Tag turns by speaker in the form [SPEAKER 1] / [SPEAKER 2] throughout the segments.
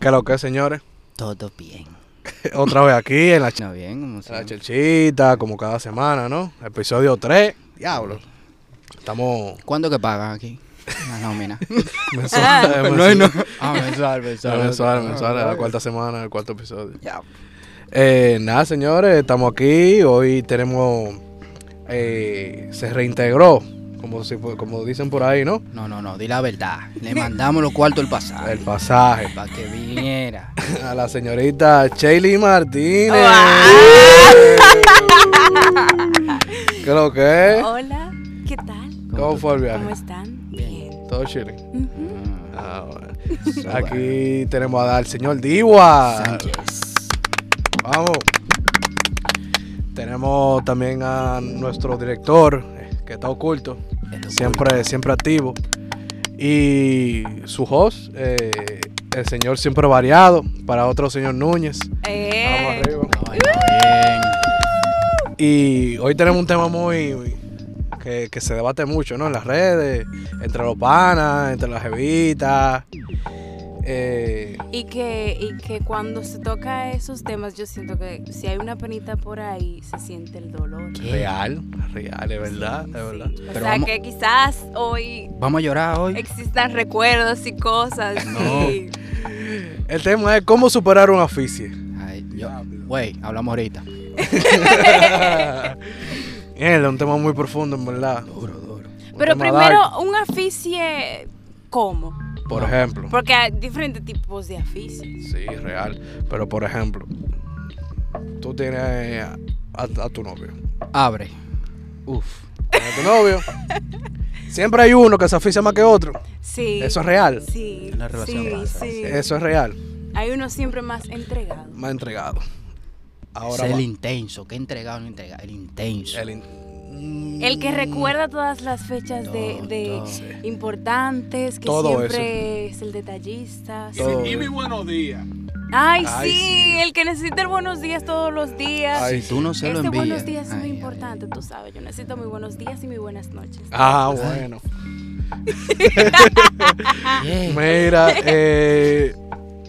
[SPEAKER 1] ¿Qué es lo que es, señores?
[SPEAKER 2] Todo bien.
[SPEAKER 1] Otra vez aquí en la, ch-
[SPEAKER 2] No, bien, como
[SPEAKER 1] en la
[SPEAKER 2] siempre.
[SPEAKER 1] chelchita, como cada semana, ¿no? Episodio 3. Diablo. Estamos.
[SPEAKER 2] ¿Cuándo que pagan aquí? La nómina.
[SPEAKER 1] mensual,
[SPEAKER 2] hay,
[SPEAKER 1] mensual,
[SPEAKER 2] Ah, mensual, mensual.
[SPEAKER 1] mensual, mensual, la cuarta semana, el cuarto episodio.
[SPEAKER 2] Ya.
[SPEAKER 1] Eh, nada, señores, estamos aquí. Hoy tenemos. eh, se reintegró, como, si, fue- como dicen por ahí, ¿no?
[SPEAKER 2] No, no, no, di la verdad. Le mandamos los cuartos el pasaje.
[SPEAKER 1] El pasaje.
[SPEAKER 2] Para que viniera.
[SPEAKER 1] A la señorita Shaylee Martínez. ¿Qué es lo que es?
[SPEAKER 3] Hola, ¿qué tal?
[SPEAKER 1] ¿Cómo fue el
[SPEAKER 3] ¿Cómo
[SPEAKER 1] viaje?
[SPEAKER 3] están? Bien.
[SPEAKER 1] Todo chilling.
[SPEAKER 3] Ujú.
[SPEAKER 1] Ah, bueno. Aquí tenemos a al señor Diwa.
[SPEAKER 2] Sánchez.
[SPEAKER 1] Vamos. Tenemos también a nuestro director, eh, que está oculto, siempre, siempre activo. Y su host, eh, el señor siempre variado, para otro señor Núñez. Vamos
[SPEAKER 3] Eh,
[SPEAKER 1] arriba.
[SPEAKER 2] No, bien.
[SPEAKER 1] Y hoy tenemos un tema muy que, que se debate mucho, ¿no? En las redes, entre los panas, entre las jevitas. Eh,
[SPEAKER 3] y, que, y que cuando se toca esos temas, yo siento que si hay una penita por ahí, se siente el dolor.
[SPEAKER 2] ¿Qué?
[SPEAKER 1] real, real, es verdad, es verdad.
[SPEAKER 3] O
[SPEAKER 2] Pero
[SPEAKER 3] sea
[SPEAKER 2] vamos-
[SPEAKER 3] que quizás hoy
[SPEAKER 2] Vamos a llorar hoy.
[SPEAKER 3] existan recuerdos y cosas.
[SPEAKER 2] No.
[SPEAKER 3] y-
[SPEAKER 1] El tema es cómo superar una asfixia.
[SPEAKER 2] Ay, yo- Güey, hablamos ahorita.
[SPEAKER 1] Es un tema muy profundo, en verdad.
[SPEAKER 2] Duro, duro.
[SPEAKER 1] Un
[SPEAKER 3] Pero
[SPEAKER 1] tema dark,
[SPEAKER 3] primero, un aficie, ¿cómo?
[SPEAKER 1] por ejemplo.
[SPEAKER 3] Porque hay diferentes tipos de aficies.
[SPEAKER 1] Sí, real. Pero por ejemplo, tú tienes a, a tu novio.
[SPEAKER 2] Abre. Uf.
[SPEAKER 1] Tienes a tu novio. Siempre hay uno que se asfixia más que otro.
[SPEAKER 3] Sí.
[SPEAKER 1] Eso es real.
[SPEAKER 3] Sí.
[SPEAKER 2] En la relación
[SPEAKER 3] sí,
[SPEAKER 2] pasa,
[SPEAKER 3] sí.
[SPEAKER 1] Eso es real.
[SPEAKER 3] Hay uno siempre más entregado.
[SPEAKER 1] Más entregado. Ahora
[SPEAKER 2] es
[SPEAKER 1] va-
[SPEAKER 2] el intenso. ¿Qué entregado no entregado? El intenso.
[SPEAKER 1] el in-
[SPEAKER 3] El que
[SPEAKER 1] Mm,
[SPEAKER 3] recuerda todas las fechas de, de
[SPEAKER 2] Todo, todo.
[SPEAKER 3] importantes, que
[SPEAKER 1] Todo
[SPEAKER 3] siempre es el detallista.
[SPEAKER 1] Todo.
[SPEAKER 4] Y mi buenos días.
[SPEAKER 3] Ay,
[SPEAKER 1] Ay,
[SPEAKER 3] sí,
[SPEAKER 1] sí.
[SPEAKER 3] el que necesita el buenos días todos los días.
[SPEAKER 1] Ay,
[SPEAKER 2] Si tú no se
[SPEAKER 3] Ese
[SPEAKER 2] lo envías.
[SPEAKER 3] Este, buenos días es muy
[SPEAKER 2] Ay, ay,
[SPEAKER 3] importante, tú sabes. Yo necesito muy buenos días y muy buenas noches.
[SPEAKER 1] Ah, bueno.
[SPEAKER 2] ay.
[SPEAKER 1] Mira, eh,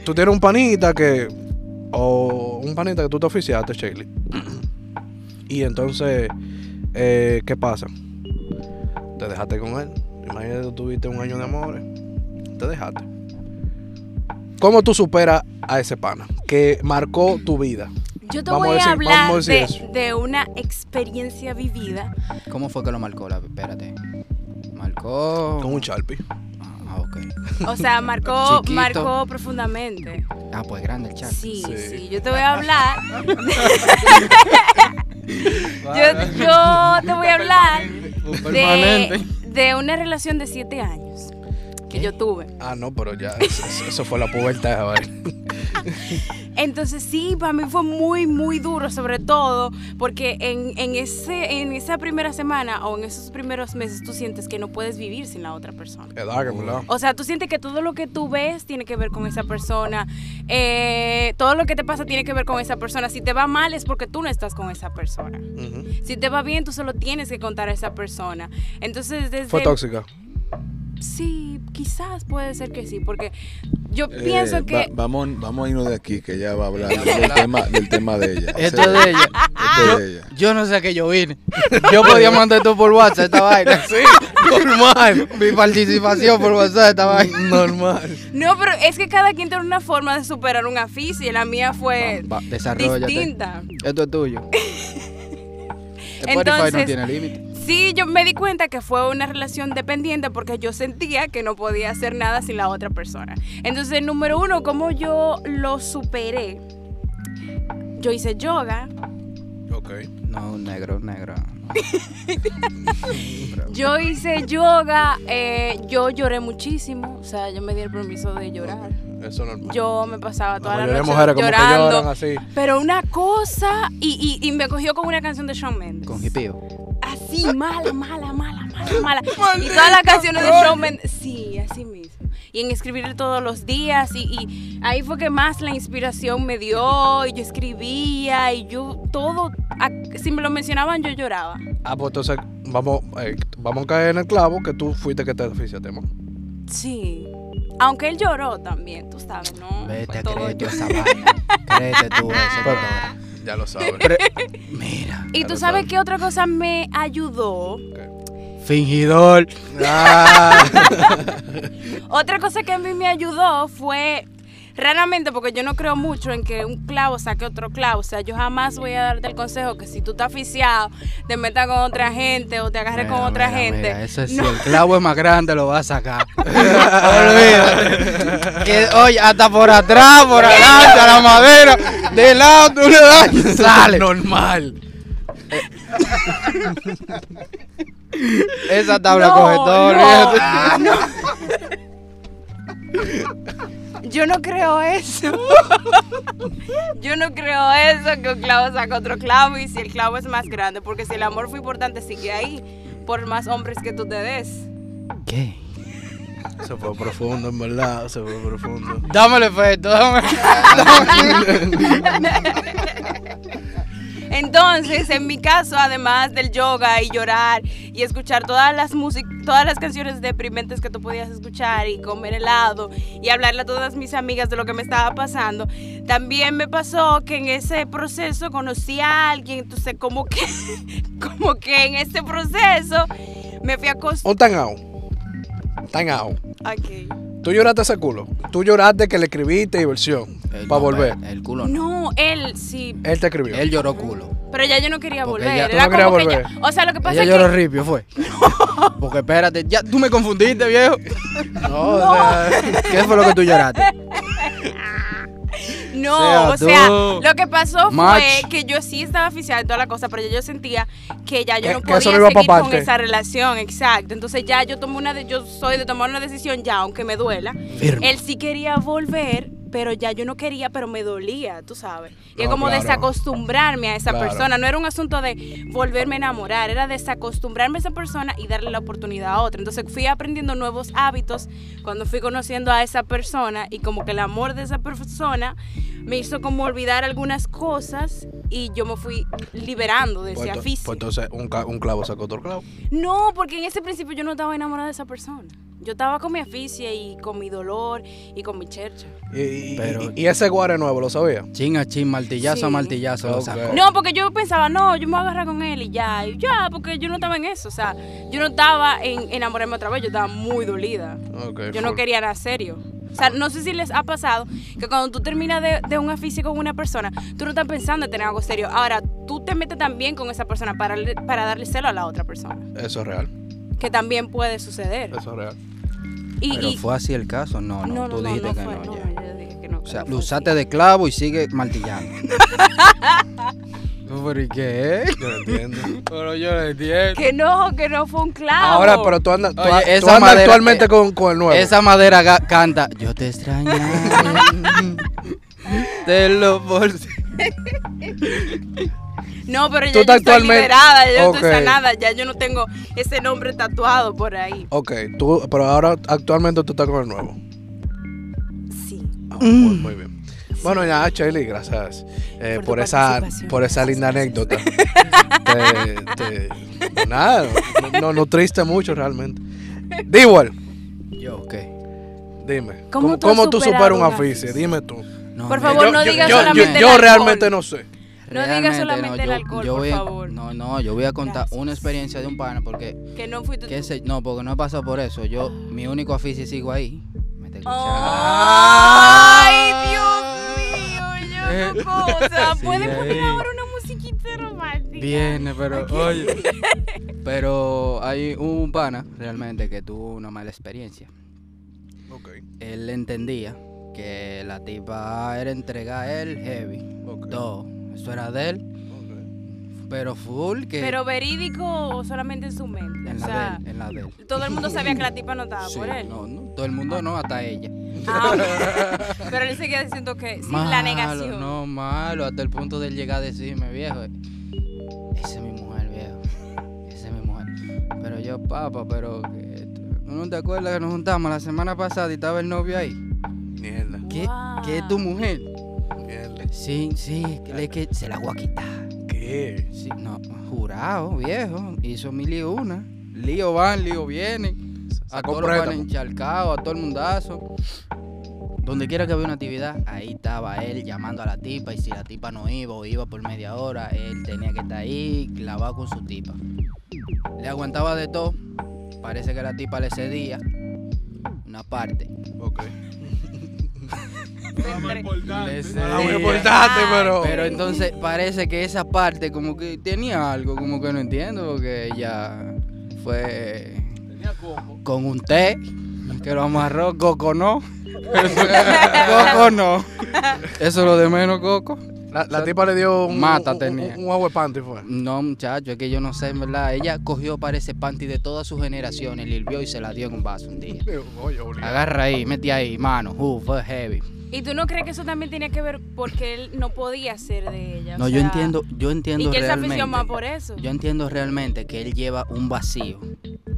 [SPEAKER 1] tú tienes un panita que. O un panita que tú te oficiaste, Shelly. Y entonces, eh, ¿qué pasa? Te dejaste con él. Imagínate que tuviste un año de amores. Te dejaste. ¿Cómo tú superas a ese pana que marcó tu vida?
[SPEAKER 3] Yo te
[SPEAKER 1] Vamos a
[SPEAKER 3] voy a,
[SPEAKER 1] decir-
[SPEAKER 3] hablar
[SPEAKER 1] vamos a
[SPEAKER 3] de,
[SPEAKER 1] decir
[SPEAKER 3] de una experiencia vivida.
[SPEAKER 2] ¿Cómo fue que lo marcó? La... Espérate. Marcó.
[SPEAKER 1] Con un charpi.
[SPEAKER 2] Ah, ok.
[SPEAKER 3] O sea, marcó,
[SPEAKER 2] Chiquito.
[SPEAKER 3] marcó profundamente.
[SPEAKER 2] Ah, pues grande el chat.
[SPEAKER 3] Sí,
[SPEAKER 1] Sí.
[SPEAKER 3] sí, Yo te voy a hablar. yo, yo te voy a hablar de, de una relación de siete años que
[SPEAKER 2] ¿Qué?
[SPEAKER 3] yo tuve.
[SPEAKER 1] Ah, no, pero ya, eso, eso- eso fue la pubertad, joder.
[SPEAKER 3] Entonces sí, para mí fue muy, muy duro, sobre todo porque en, en ese, en esa primera semana o en esos primeros meses tú sientes que no puedes vivir sin la otra persona.
[SPEAKER 1] Es dark, ¿verdad?
[SPEAKER 3] O sea, tú sientes que todo lo que tú ves tiene que ver con esa persona, eh, todo lo que te pasa tiene que ver con esa persona. Si te va mal es porque tú no estás con esa persona.
[SPEAKER 1] Ujú.
[SPEAKER 3] Si te va bien, tú solo tienes que contar a esa persona. Entonces, desde...
[SPEAKER 1] Fue tóxica.
[SPEAKER 3] Sí, quizás puede ser que sí, porque yo
[SPEAKER 2] Eh,
[SPEAKER 3] pienso que...
[SPEAKER 4] Eh, vamos, vamos a irnos de aquí, que ya va a hablar
[SPEAKER 2] Ya va a
[SPEAKER 4] del
[SPEAKER 2] hablar.
[SPEAKER 4] tema, del tema de ella. Ese-
[SPEAKER 2] Esto es de ella.
[SPEAKER 4] esto es de ella.
[SPEAKER 2] Yo no sé a qué yo vine. Yo podía mandar esto por WhatsApp, esta vaina. Sí, normal. Mi participación por WhatsApp, esta vaina.
[SPEAKER 1] Normal.
[SPEAKER 3] No, pero es que cada quien tiene una forma de superar un aficio y la mía fue
[SPEAKER 2] Va, va, desarrollate.
[SPEAKER 3] Eh, distinta.
[SPEAKER 2] Esto es tuyo. Spotify no
[SPEAKER 3] Entonces-
[SPEAKER 2] tiene límite.
[SPEAKER 3] Sí, yo me di cuenta que fue una relación dependiente porque yo sentía que no podía hacer nada sin la otra persona. Entonces, número uno, ¿cómo yo lo superé? Yo hice yoga,
[SPEAKER 1] Ok.
[SPEAKER 2] No, negro, negro.
[SPEAKER 3] yo hice yoga, eh, yo lloré muchísimo, o sea, yo me di el permiso de llorar.
[SPEAKER 1] Eso normal.
[SPEAKER 3] Yo me pasaba
[SPEAKER 1] La
[SPEAKER 3] toda la,
[SPEAKER 1] mayoría de
[SPEAKER 3] noche
[SPEAKER 1] mujeres como que lloran
[SPEAKER 3] llorando.
[SPEAKER 1] así.
[SPEAKER 3] Pero una cosa, y, y- y me cogió con una canción de Shawn Mendes.
[SPEAKER 2] Con hipío.
[SPEAKER 3] así, mala, mala, mala, mala, mala. Y todas las canciones de Showman, sí, así mismo. Y en escribir todos los días, y, y ahí fue que más la inspiración me dio, y yo escribía, y yo todo, a- si me lo mencionaban yo lloraba.
[SPEAKER 1] Ah, pues entonces vamos, eh, vamos a caer en el clavo que tú fuiste que te oficiaste más.
[SPEAKER 3] Sí. Aunque él lloró también, tú sabes, ¿no?
[SPEAKER 2] Vete,
[SPEAKER 3] Fue todo
[SPEAKER 2] créete
[SPEAKER 3] llor-
[SPEAKER 2] esa vaina. Créete tú ese cotorra.
[SPEAKER 4] Ya lo saben.
[SPEAKER 2] Mira,
[SPEAKER 3] Y tú sabes qué otra cosa me ayudó.
[SPEAKER 2] fingidor. Ah.
[SPEAKER 3] Otra cosa que a mí me ayudó fue, raramente, porque yo no creo mucho en que un clavo saque otro clavo. O sea, yo jamás voy a darte el consejo que si tú estás aficiado, te metas con otra gente o te agarres con
[SPEAKER 2] Mira,
[SPEAKER 3] otra
[SPEAKER 2] mira,
[SPEAKER 3] gente.
[SPEAKER 2] mira, eso es,
[SPEAKER 3] No.
[SPEAKER 2] si el clavo es más grande, lo vas a sacar. Olvídate. Que, oye, hasta por atrás, por adelante, a la madera, de lado, tú le das, sale.
[SPEAKER 1] Normal.
[SPEAKER 2] Esa tabla
[SPEAKER 3] No,
[SPEAKER 2] coge todo,
[SPEAKER 3] no.
[SPEAKER 2] olvídate.
[SPEAKER 3] Yo no creo eso. Yo no creo eso, que un clavo saca otro clavo y si el clavo es más grande, porque si el amor fue importante, sigue ahí, por más hombres que tú te des.
[SPEAKER 2] ¿Qué?
[SPEAKER 1] Se fue profundo, en verdad. Se fue profundo.
[SPEAKER 2] Dame el efecto, dame.
[SPEAKER 3] Entonces, en mi caso, además del yoga y llorar y escuchar todas las músicas, todas las canciones deprimentes que tú podías escuchar y comer helado y hablarle a todas mis amigas de lo que me estaba pasando, también me pasó que en ese proceso conocí a alguien, entonces como que como que en este proceso me fui a
[SPEAKER 1] Un tan out. Tan out.
[SPEAKER 3] Ok.
[SPEAKER 1] Tú lloraste ese culo. Tú lloraste que le escribiste diversión.
[SPEAKER 2] El-
[SPEAKER 1] Para volver.
[SPEAKER 2] El culo no.
[SPEAKER 3] No, él sí,
[SPEAKER 1] Él te escribió.
[SPEAKER 2] Él lloró culo.
[SPEAKER 3] pero ya yo no quería
[SPEAKER 2] Porque
[SPEAKER 3] volver.
[SPEAKER 2] ya-
[SPEAKER 1] Tú
[SPEAKER 3] Era
[SPEAKER 1] no querías
[SPEAKER 3] como que
[SPEAKER 1] volver.
[SPEAKER 3] ya- o sea, lo que pasa
[SPEAKER 2] Ella
[SPEAKER 3] es que
[SPEAKER 2] lloró ripio, fue. Porque espérate, ya tú me confundiste, viejo.
[SPEAKER 1] No, o sea,
[SPEAKER 2] ¿Qué fue lo que tú lloraste?
[SPEAKER 3] No,
[SPEAKER 2] Sea
[SPEAKER 3] o sea,
[SPEAKER 2] tú.
[SPEAKER 3] lo que pasó
[SPEAKER 2] Match.
[SPEAKER 3] fue que yo sí estaba oficial y toda la cosa, pero ya yo sentía que ya yo
[SPEAKER 1] Que-
[SPEAKER 3] no
[SPEAKER 1] Eh, que
[SPEAKER 3] podía
[SPEAKER 1] eso no iba pa'
[SPEAKER 3] seguir con
[SPEAKER 1] parte.
[SPEAKER 3] esa relación, exacto. Entonces ya yo tomé una de, yo soy de tomar una decisión ya, aunque me duela.
[SPEAKER 2] Firme.
[SPEAKER 3] Él sí quería volver, pero ya yo no quería, pero me dolía, tú sabes. Y es
[SPEAKER 1] No,
[SPEAKER 3] como
[SPEAKER 1] claro.
[SPEAKER 3] desacostumbrarme a esa
[SPEAKER 1] Claro.
[SPEAKER 3] persona. No era un asunto de volverme a enamorar, era desacostumbrarme a esa persona y darle la oportunidad a otra. Entonces fui aprendiendo nuevos hábitos cuando fui conociendo a esa persona y como que el amor de esa persona me hizo como olvidar algunas cosas y yo me fui liberando de
[SPEAKER 1] pues,
[SPEAKER 3] ese
[SPEAKER 1] ento-
[SPEAKER 3] aficio.
[SPEAKER 1] pues entonces un, ca- un clavo sacó otro clavo.
[SPEAKER 3] No, porque en ese principio yo no estaba enamorada de esa persona. Yo estaba con mi aficia y con mi dolor y con mi chercha.
[SPEAKER 1] Y, y-
[SPEAKER 2] Pero-
[SPEAKER 1] y- y ese guare nuevo, ¿lo sabía?
[SPEAKER 2] Chin a chin, martillazo a
[SPEAKER 3] Sí.
[SPEAKER 2] martillazo lo
[SPEAKER 1] Ok.
[SPEAKER 2] sacó.
[SPEAKER 3] No, porque yo pensaba, no, yo me voy a agarrar con él y ya, y ya, porque yo no estaba en eso, o sea, yo no estaba en enamorarme otra vez, yo estaba muy dolida.
[SPEAKER 1] Okay,
[SPEAKER 3] Yo no
[SPEAKER 1] full.
[SPEAKER 3] quería nada serio. O sea, no sé si les ha pasado que cuando tú terminas de, de un aficio con una persona, tú no estás pensando en tener algo serio. Ahora, tú te metes también con esa persona para, le- para darle celo a la otra persona,
[SPEAKER 1] Eso es real.
[SPEAKER 3] que también puede suceder.
[SPEAKER 1] Eso es real.
[SPEAKER 3] Y,
[SPEAKER 2] Pues, Pero
[SPEAKER 3] y-
[SPEAKER 2] fue así el caso, no, no, tú dijiste que
[SPEAKER 3] fue-
[SPEAKER 2] no. ya.
[SPEAKER 3] yo dije que no,
[SPEAKER 2] O
[SPEAKER 3] que
[SPEAKER 2] sea,
[SPEAKER 3] no
[SPEAKER 2] lo
[SPEAKER 3] fue
[SPEAKER 2] usaste
[SPEAKER 3] así.
[SPEAKER 2] de clavo y sigue martillando. ¿Pero y qué?
[SPEAKER 1] Yo lo entiendo.
[SPEAKER 2] Pero yo lo entiendo.
[SPEAKER 3] Que no, que no fue un clavo.
[SPEAKER 1] Ahora, pero tú andas, tú,
[SPEAKER 2] Oye,
[SPEAKER 1] a- tú
[SPEAKER 2] esa
[SPEAKER 1] andas
[SPEAKER 2] madera-
[SPEAKER 1] actualmente con, con el nuevo.
[SPEAKER 2] Esa madera ga- canta. Yo te extraño. te lo bolsé.
[SPEAKER 3] No, pero ya
[SPEAKER 1] Tú
[SPEAKER 3] yo
[SPEAKER 1] estás
[SPEAKER 3] estoy
[SPEAKER 1] actualmente-
[SPEAKER 3] liberada, ya yo estoy
[SPEAKER 1] Ok.
[SPEAKER 3] sanada, ya yo no tengo ese nombre tatuado por ahí.
[SPEAKER 1] Ok, tú, pero ahora actualmente tú estás con el nuevo.
[SPEAKER 3] Sí.
[SPEAKER 1] Ah, muy, muy bien. Bueno, ya, Shelly, gracias eh,
[SPEAKER 3] Por tu
[SPEAKER 1] por, esa,
[SPEAKER 3] participación.
[SPEAKER 1] por esa linda anécdota. Te- te- nada, no, no nutriste mucho realmente. Dewell,
[SPEAKER 2] Yo, ¿qué?
[SPEAKER 1] dime.
[SPEAKER 3] ¿Cómo tú has
[SPEAKER 1] superas
[SPEAKER 3] superado
[SPEAKER 1] un
[SPEAKER 3] una
[SPEAKER 1] aficio?
[SPEAKER 3] aficio?
[SPEAKER 1] Dime tú.
[SPEAKER 2] No,
[SPEAKER 3] Por
[SPEAKER 2] mira,
[SPEAKER 3] favor,
[SPEAKER 1] yo
[SPEAKER 3] no
[SPEAKER 1] yo-
[SPEAKER 3] digas
[SPEAKER 1] yo- yo-
[SPEAKER 3] solamente
[SPEAKER 1] yo
[SPEAKER 3] el alcohol.
[SPEAKER 1] realmente no sé.
[SPEAKER 3] No digas
[SPEAKER 2] realmente
[SPEAKER 3] solamente el alcohol, por
[SPEAKER 2] voy a-
[SPEAKER 3] favor.
[SPEAKER 2] No, no, yo voy a contar
[SPEAKER 3] Gracias.
[SPEAKER 2] una experiencia de un pana porque
[SPEAKER 3] Que no fuiste
[SPEAKER 2] ¿Qué
[SPEAKER 3] tú.
[SPEAKER 2] sé? No, porque no he pasado por eso. Yo, mi único aficio sigo ahí. Me está
[SPEAKER 3] Oh. Ay,
[SPEAKER 1] Eh.
[SPEAKER 3] Dios mío, yo no O sea,
[SPEAKER 2] Sí,
[SPEAKER 3] ¿pueden
[SPEAKER 2] ahí.
[SPEAKER 3] poner ahora una musiquita romántica?
[SPEAKER 2] Viene, pero oye. Pero hay un pana realmente que tuvo una mala experiencia.
[SPEAKER 1] Ok,
[SPEAKER 2] Él entendía que la tipa era entregar a él heavy.
[SPEAKER 1] ok,
[SPEAKER 2] Todo. Eso era de él,
[SPEAKER 1] ok.
[SPEAKER 2] pero full que
[SPEAKER 3] Pero verídico o solamente en su mente.
[SPEAKER 2] en
[SPEAKER 3] O
[SPEAKER 2] la
[SPEAKER 3] sea,
[SPEAKER 2] de él, en la de él.
[SPEAKER 3] todo el mundo sabía que la tipa no estaba
[SPEAKER 2] Sí,
[SPEAKER 3] por él.
[SPEAKER 2] no, no, todo el mundo no, hasta ella.
[SPEAKER 3] Ah, pero él seguía diciendo que sin la
[SPEAKER 2] Malo,
[SPEAKER 3] negación.
[SPEAKER 2] No, malo, hasta el punto de él llegar a decirme, viejo, esa es mi mujer, viejo, esa es mi mujer. Pero yo, papá, pero que tú ¿no te acuerdas que nos juntamos la semana pasada y estaba el novio ahí?
[SPEAKER 1] Mierda,
[SPEAKER 2] ¿Qué,
[SPEAKER 3] Guau.
[SPEAKER 2] ¿qué es tu mujer?
[SPEAKER 1] mierda.
[SPEAKER 2] Sí, sí, que, le- que se la voy a quitar.
[SPEAKER 1] ¿Qué?
[SPEAKER 2] Sí, no, jurado, viejo, hizo mil y una. Lío van, lío vienen. a
[SPEAKER 1] Sacó
[SPEAKER 2] todos los panes
[SPEAKER 1] préstamo.
[SPEAKER 2] encharcados, a todo el mundazo. Donde quiera que había una actividad, ahí estaba él llamando a la tipa y si la tipa no iba o iba por media hora, él tenía que estar ahí clavado con su tipa. Le aguantaba de todo, parece que la tipa le cedía una parte.
[SPEAKER 1] Ok.
[SPEAKER 2] Le
[SPEAKER 1] Ah, muy
[SPEAKER 2] cedía.
[SPEAKER 1] importante, pero.
[SPEAKER 2] Pero entonces parece que esa parte como que tenía algo, como que no entiendo, porque ella fue con un té que lo amarró, Coco no. Coco no. Eso es lo de menos, Coco.
[SPEAKER 1] La, la tipa le dio un.
[SPEAKER 2] Mata
[SPEAKER 1] un- un-
[SPEAKER 2] tenía.
[SPEAKER 1] Un, agua de panty fue.
[SPEAKER 2] No, muchacho, es que yo no sé, en verdad. Ella cogió parece panty de todas sus generaciones, le hirvió y se la dio en un vaso un día.
[SPEAKER 1] Digo, Oye, obligado.
[SPEAKER 2] Agarra ahí, mete ahí, mano, uh, fue heavy.
[SPEAKER 3] ¿Y tú no crees que eso también tiene que ver porque él no podía ser de ella? o
[SPEAKER 2] No, yo
[SPEAKER 3] sea,
[SPEAKER 2] entiendo, yo entiendo
[SPEAKER 3] Y que él se
[SPEAKER 2] realmente.
[SPEAKER 3] aficionó más por eso.
[SPEAKER 2] Yo entiendo realmente que él lleva un vacío.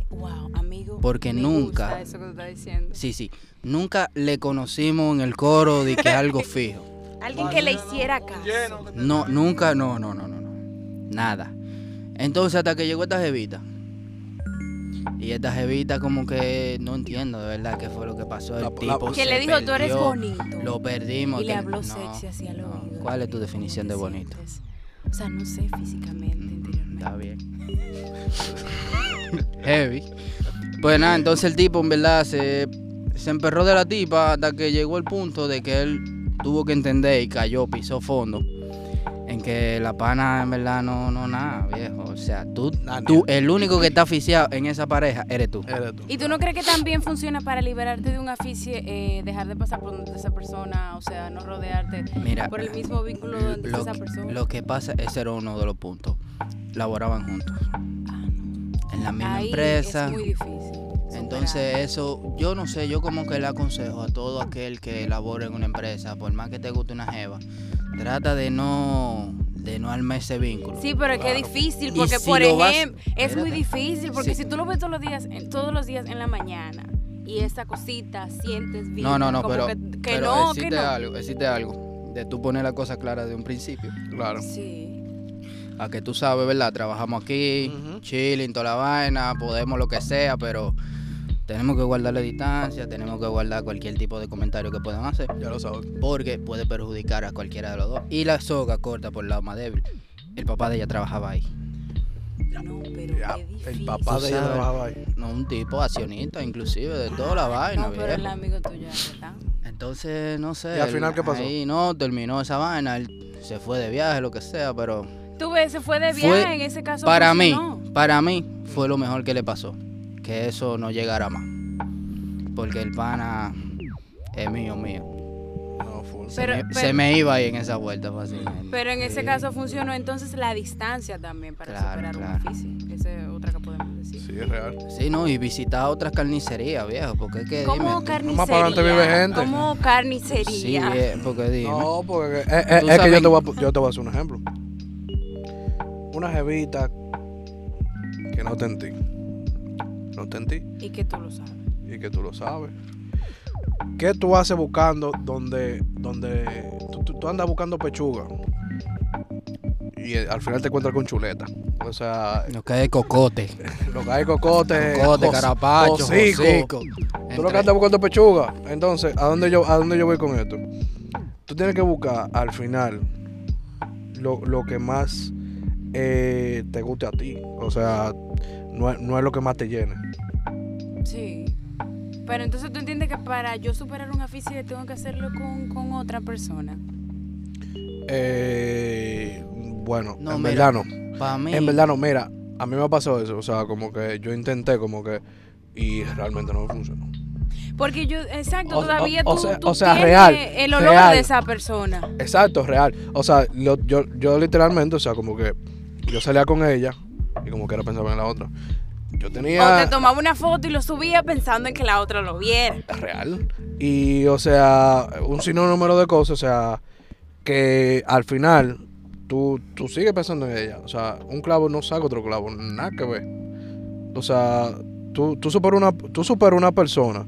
[SPEAKER 3] Wow, amigo.
[SPEAKER 2] Porque
[SPEAKER 3] me
[SPEAKER 2] nunca-
[SPEAKER 3] gusta eso que tú estás diciendo.
[SPEAKER 2] Sí, sí. Nunca le conocimos en el coro de que algo fijo.
[SPEAKER 3] Alguien que le hiciera caso.
[SPEAKER 2] No, nunca, no, no, no, no, no. Nada. Entonces hasta que llegó esta jevita. Y esta jevita como que no entiendo de verdad qué fue lo que pasó. El
[SPEAKER 1] La- la-
[SPEAKER 2] tipo
[SPEAKER 3] Que
[SPEAKER 2] se
[SPEAKER 3] le dijo, tú eres
[SPEAKER 2] perdió,
[SPEAKER 3] bonito.
[SPEAKER 2] Lo perdimos.
[SPEAKER 3] Y le
[SPEAKER 2] ten-
[SPEAKER 3] habló
[SPEAKER 2] no,
[SPEAKER 3] sexy así al
[SPEAKER 2] no.
[SPEAKER 3] oído.
[SPEAKER 2] ¿Cuál es
[SPEAKER 3] Te
[SPEAKER 2] tu
[SPEAKER 3] dijo,
[SPEAKER 2] definición de
[SPEAKER 3] ¿cómo te
[SPEAKER 2] bonito? Mm,
[SPEAKER 3] sientes? O sea, no sé físicamente, interiormente.
[SPEAKER 2] Está bien. Heavy. Pues nada, entonces el tipo en verdad se, se emperró de la tipa hasta que llegó el punto de que él tuvo que entender y cayó, pisó fondo. En que la pana en verdad no, no, nada, viejo. O sea, tú,
[SPEAKER 1] Nada.
[SPEAKER 2] tú, el único que está oficiado en esa pareja eres tú.
[SPEAKER 1] Eres tú.
[SPEAKER 3] ¿Y tú no crees que también funciona para liberarte de un aficie, eh, dejar de pasar por donde está esa persona, o sea, no rodearte
[SPEAKER 2] Mira,
[SPEAKER 3] por el mismo vínculo donde está
[SPEAKER 2] lo,
[SPEAKER 3] esa
[SPEAKER 2] que-
[SPEAKER 3] persona?
[SPEAKER 2] lo que pasa, ese era uno de los puntos. Laboraban juntos.
[SPEAKER 3] Ah, no.
[SPEAKER 2] En la misma
[SPEAKER 3] Ahí
[SPEAKER 2] empresa.
[SPEAKER 3] es muy difícil.
[SPEAKER 2] Entonces eso, yo no sé, yo como que le aconsejo a todo aquel que labore en una empresa, por más que te guste una jeva, trata de no, de no armar ese vínculo.
[SPEAKER 3] Sí, pero es que es difícil,
[SPEAKER 2] Y
[SPEAKER 3] porque
[SPEAKER 2] si
[SPEAKER 3] por
[SPEAKER 2] lo vas-
[SPEAKER 3] ejemplo, es muy
[SPEAKER 2] Espérate.
[SPEAKER 3] difícil, porque
[SPEAKER 2] Sí.
[SPEAKER 3] si tú lo ves todos los días, en- todos los días en la mañana, y esa cosita sientes bien.
[SPEAKER 2] no, no, no,
[SPEAKER 3] como
[SPEAKER 2] pero,
[SPEAKER 3] que, que
[SPEAKER 2] pero
[SPEAKER 3] no,
[SPEAKER 2] existe
[SPEAKER 3] que no.
[SPEAKER 2] algo, existe algo, de tú poner la cosa clara de un principio.
[SPEAKER 1] Claro.
[SPEAKER 3] Sí.
[SPEAKER 2] A que tú sabes, ¿verdad? Trabajamos aquí,
[SPEAKER 1] Ujú.
[SPEAKER 2] chilling, toda la vaina, podemos lo que sea, pero tenemos que guardar la distancia, tenemos que guardar cualquier tipo de comentario que puedan hacer.
[SPEAKER 1] Ya lo sabes.
[SPEAKER 2] porque puede perjudicar a cualquiera de los dos. Y la soga corta por el lado más débil. El papá de ella trabajaba ahí.
[SPEAKER 3] No, pero
[SPEAKER 1] Ya,
[SPEAKER 3] es difícil.
[SPEAKER 1] el papá
[SPEAKER 2] Tú
[SPEAKER 1] de ella
[SPEAKER 2] sabes.
[SPEAKER 1] trabajaba ahí.
[SPEAKER 2] No, un tipo accionista, inclusive, de toda la vaina.
[SPEAKER 3] No, pero el
[SPEAKER 2] viejo.
[SPEAKER 3] amigo tuyo, ¿verdad?
[SPEAKER 2] Entonces, no sé.
[SPEAKER 1] ¿Y al
[SPEAKER 2] él
[SPEAKER 1] final qué pasó?
[SPEAKER 2] Ahí no, terminó esa vaina. Él se fue de viaje, lo que sea, pero
[SPEAKER 3] Tú ves, se fue de
[SPEAKER 2] Fue
[SPEAKER 3] viaje, en ese caso
[SPEAKER 2] para mí,
[SPEAKER 3] funcionó.
[SPEAKER 2] para mí, fue lo mejor que le pasó. Que eso no llegara más. Porque el pana es mío, mío.
[SPEAKER 1] No, full.
[SPEAKER 2] Se,
[SPEAKER 3] Pero-
[SPEAKER 2] me,
[SPEAKER 3] pero-
[SPEAKER 2] se me iba ahí en esa vuelta fácilmente.
[SPEAKER 3] Pero en ese
[SPEAKER 2] Sí.
[SPEAKER 3] caso funcionó entonces la distancia también para
[SPEAKER 2] Claro,
[SPEAKER 3] superar
[SPEAKER 2] claro.
[SPEAKER 3] un difícil. Esa es otra que podemos decir.
[SPEAKER 1] Sí, es real.
[SPEAKER 2] Sí, no, y visitar otras carnicerías, viejo, porque es que
[SPEAKER 3] ¿Cómo
[SPEAKER 2] dime.
[SPEAKER 3] carnicería?
[SPEAKER 1] Más para adelante vive gente.
[SPEAKER 3] ¿Cómo
[SPEAKER 2] Sí,
[SPEAKER 3] carnicería?
[SPEAKER 2] eh, porque dime.
[SPEAKER 1] No, porque eh, eh,
[SPEAKER 2] Tú
[SPEAKER 1] es que
[SPEAKER 2] sabes-
[SPEAKER 1] yo te, voy a, pu- yo te voy a hacer un ejemplo. Una jevita que no te en ti. No te en ti
[SPEAKER 3] Y que tú lo sabes.
[SPEAKER 1] y que tú lo sabes. ¿Qué tú haces buscando donde, donde tú, tú- tú andas buscando pechuga? Y eh, al final te encuentras con chuleta. O sea,
[SPEAKER 2] Lo que es cocote,
[SPEAKER 1] lo que hay cocote,
[SPEAKER 2] cocote,
[SPEAKER 1] jos-
[SPEAKER 2] carapacho,
[SPEAKER 1] hocico.
[SPEAKER 2] hocico.
[SPEAKER 1] Eh, Tú lo que andas buscando pechuga. Entonces, ¿a dónde yo, a dónde yo voy con esto? Tú tienes que buscar al final lo, lo que más eh, te guste a ti. O sea, no, es- no es lo que más te llene.
[SPEAKER 3] Sí. Pero entonces tú entiendes que para yo superar un aficio tengo que hacerlo con, con otra persona.
[SPEAKER 1] Eh, bueno,
[SPEAKER 2] No,
[SPEAKER 1] en
[SPEAKER 2] mira,
[SPEAKER 1] verdad no.
[SPEAKER 2] Para mí,
[SPEAKER 1] En verdad no, mira, a mí me pasó eso. O sea, como que yo intenté como que... Y realmente no funcionó.
[SPEAKER 3] Porque yo, exacto,
[SPEAKER 1] O- o-
[SPEAKER 3] todavía
[SPEAKER 1] o
[SPEAKER 3] tú,
[SPEAKER 1] sea-
[SPEAKER 3] tú
[SPEAKER 1] o sea,
[SPEAKER 3] tienes
[SPEAKER 1] real,
[SPEAKER 3] el olor
[SPEAKER 1] real.
[SPEAKER 3] de esa persona.
[SPEAKER 1] Exacto, real. O sea, lo- yo, yo literalmente, o sea, como que yo salía con ella y como que era pensaba en la otra. Yo
[SPEAKER 3] O
[SPEAKER 1] tenía
[SPEAKER 3] te tomaba una foto y lo subía pensando en que la otra lo viera.
[SPEAKER 1] real y, o sea, un sinnúmero de cosas, o sea, que al final tú, tú sigues pensando en ella. O sea, un clavo no saca otro clavo, nada que ver. O sea, tú, tú superas una, tú superas una persona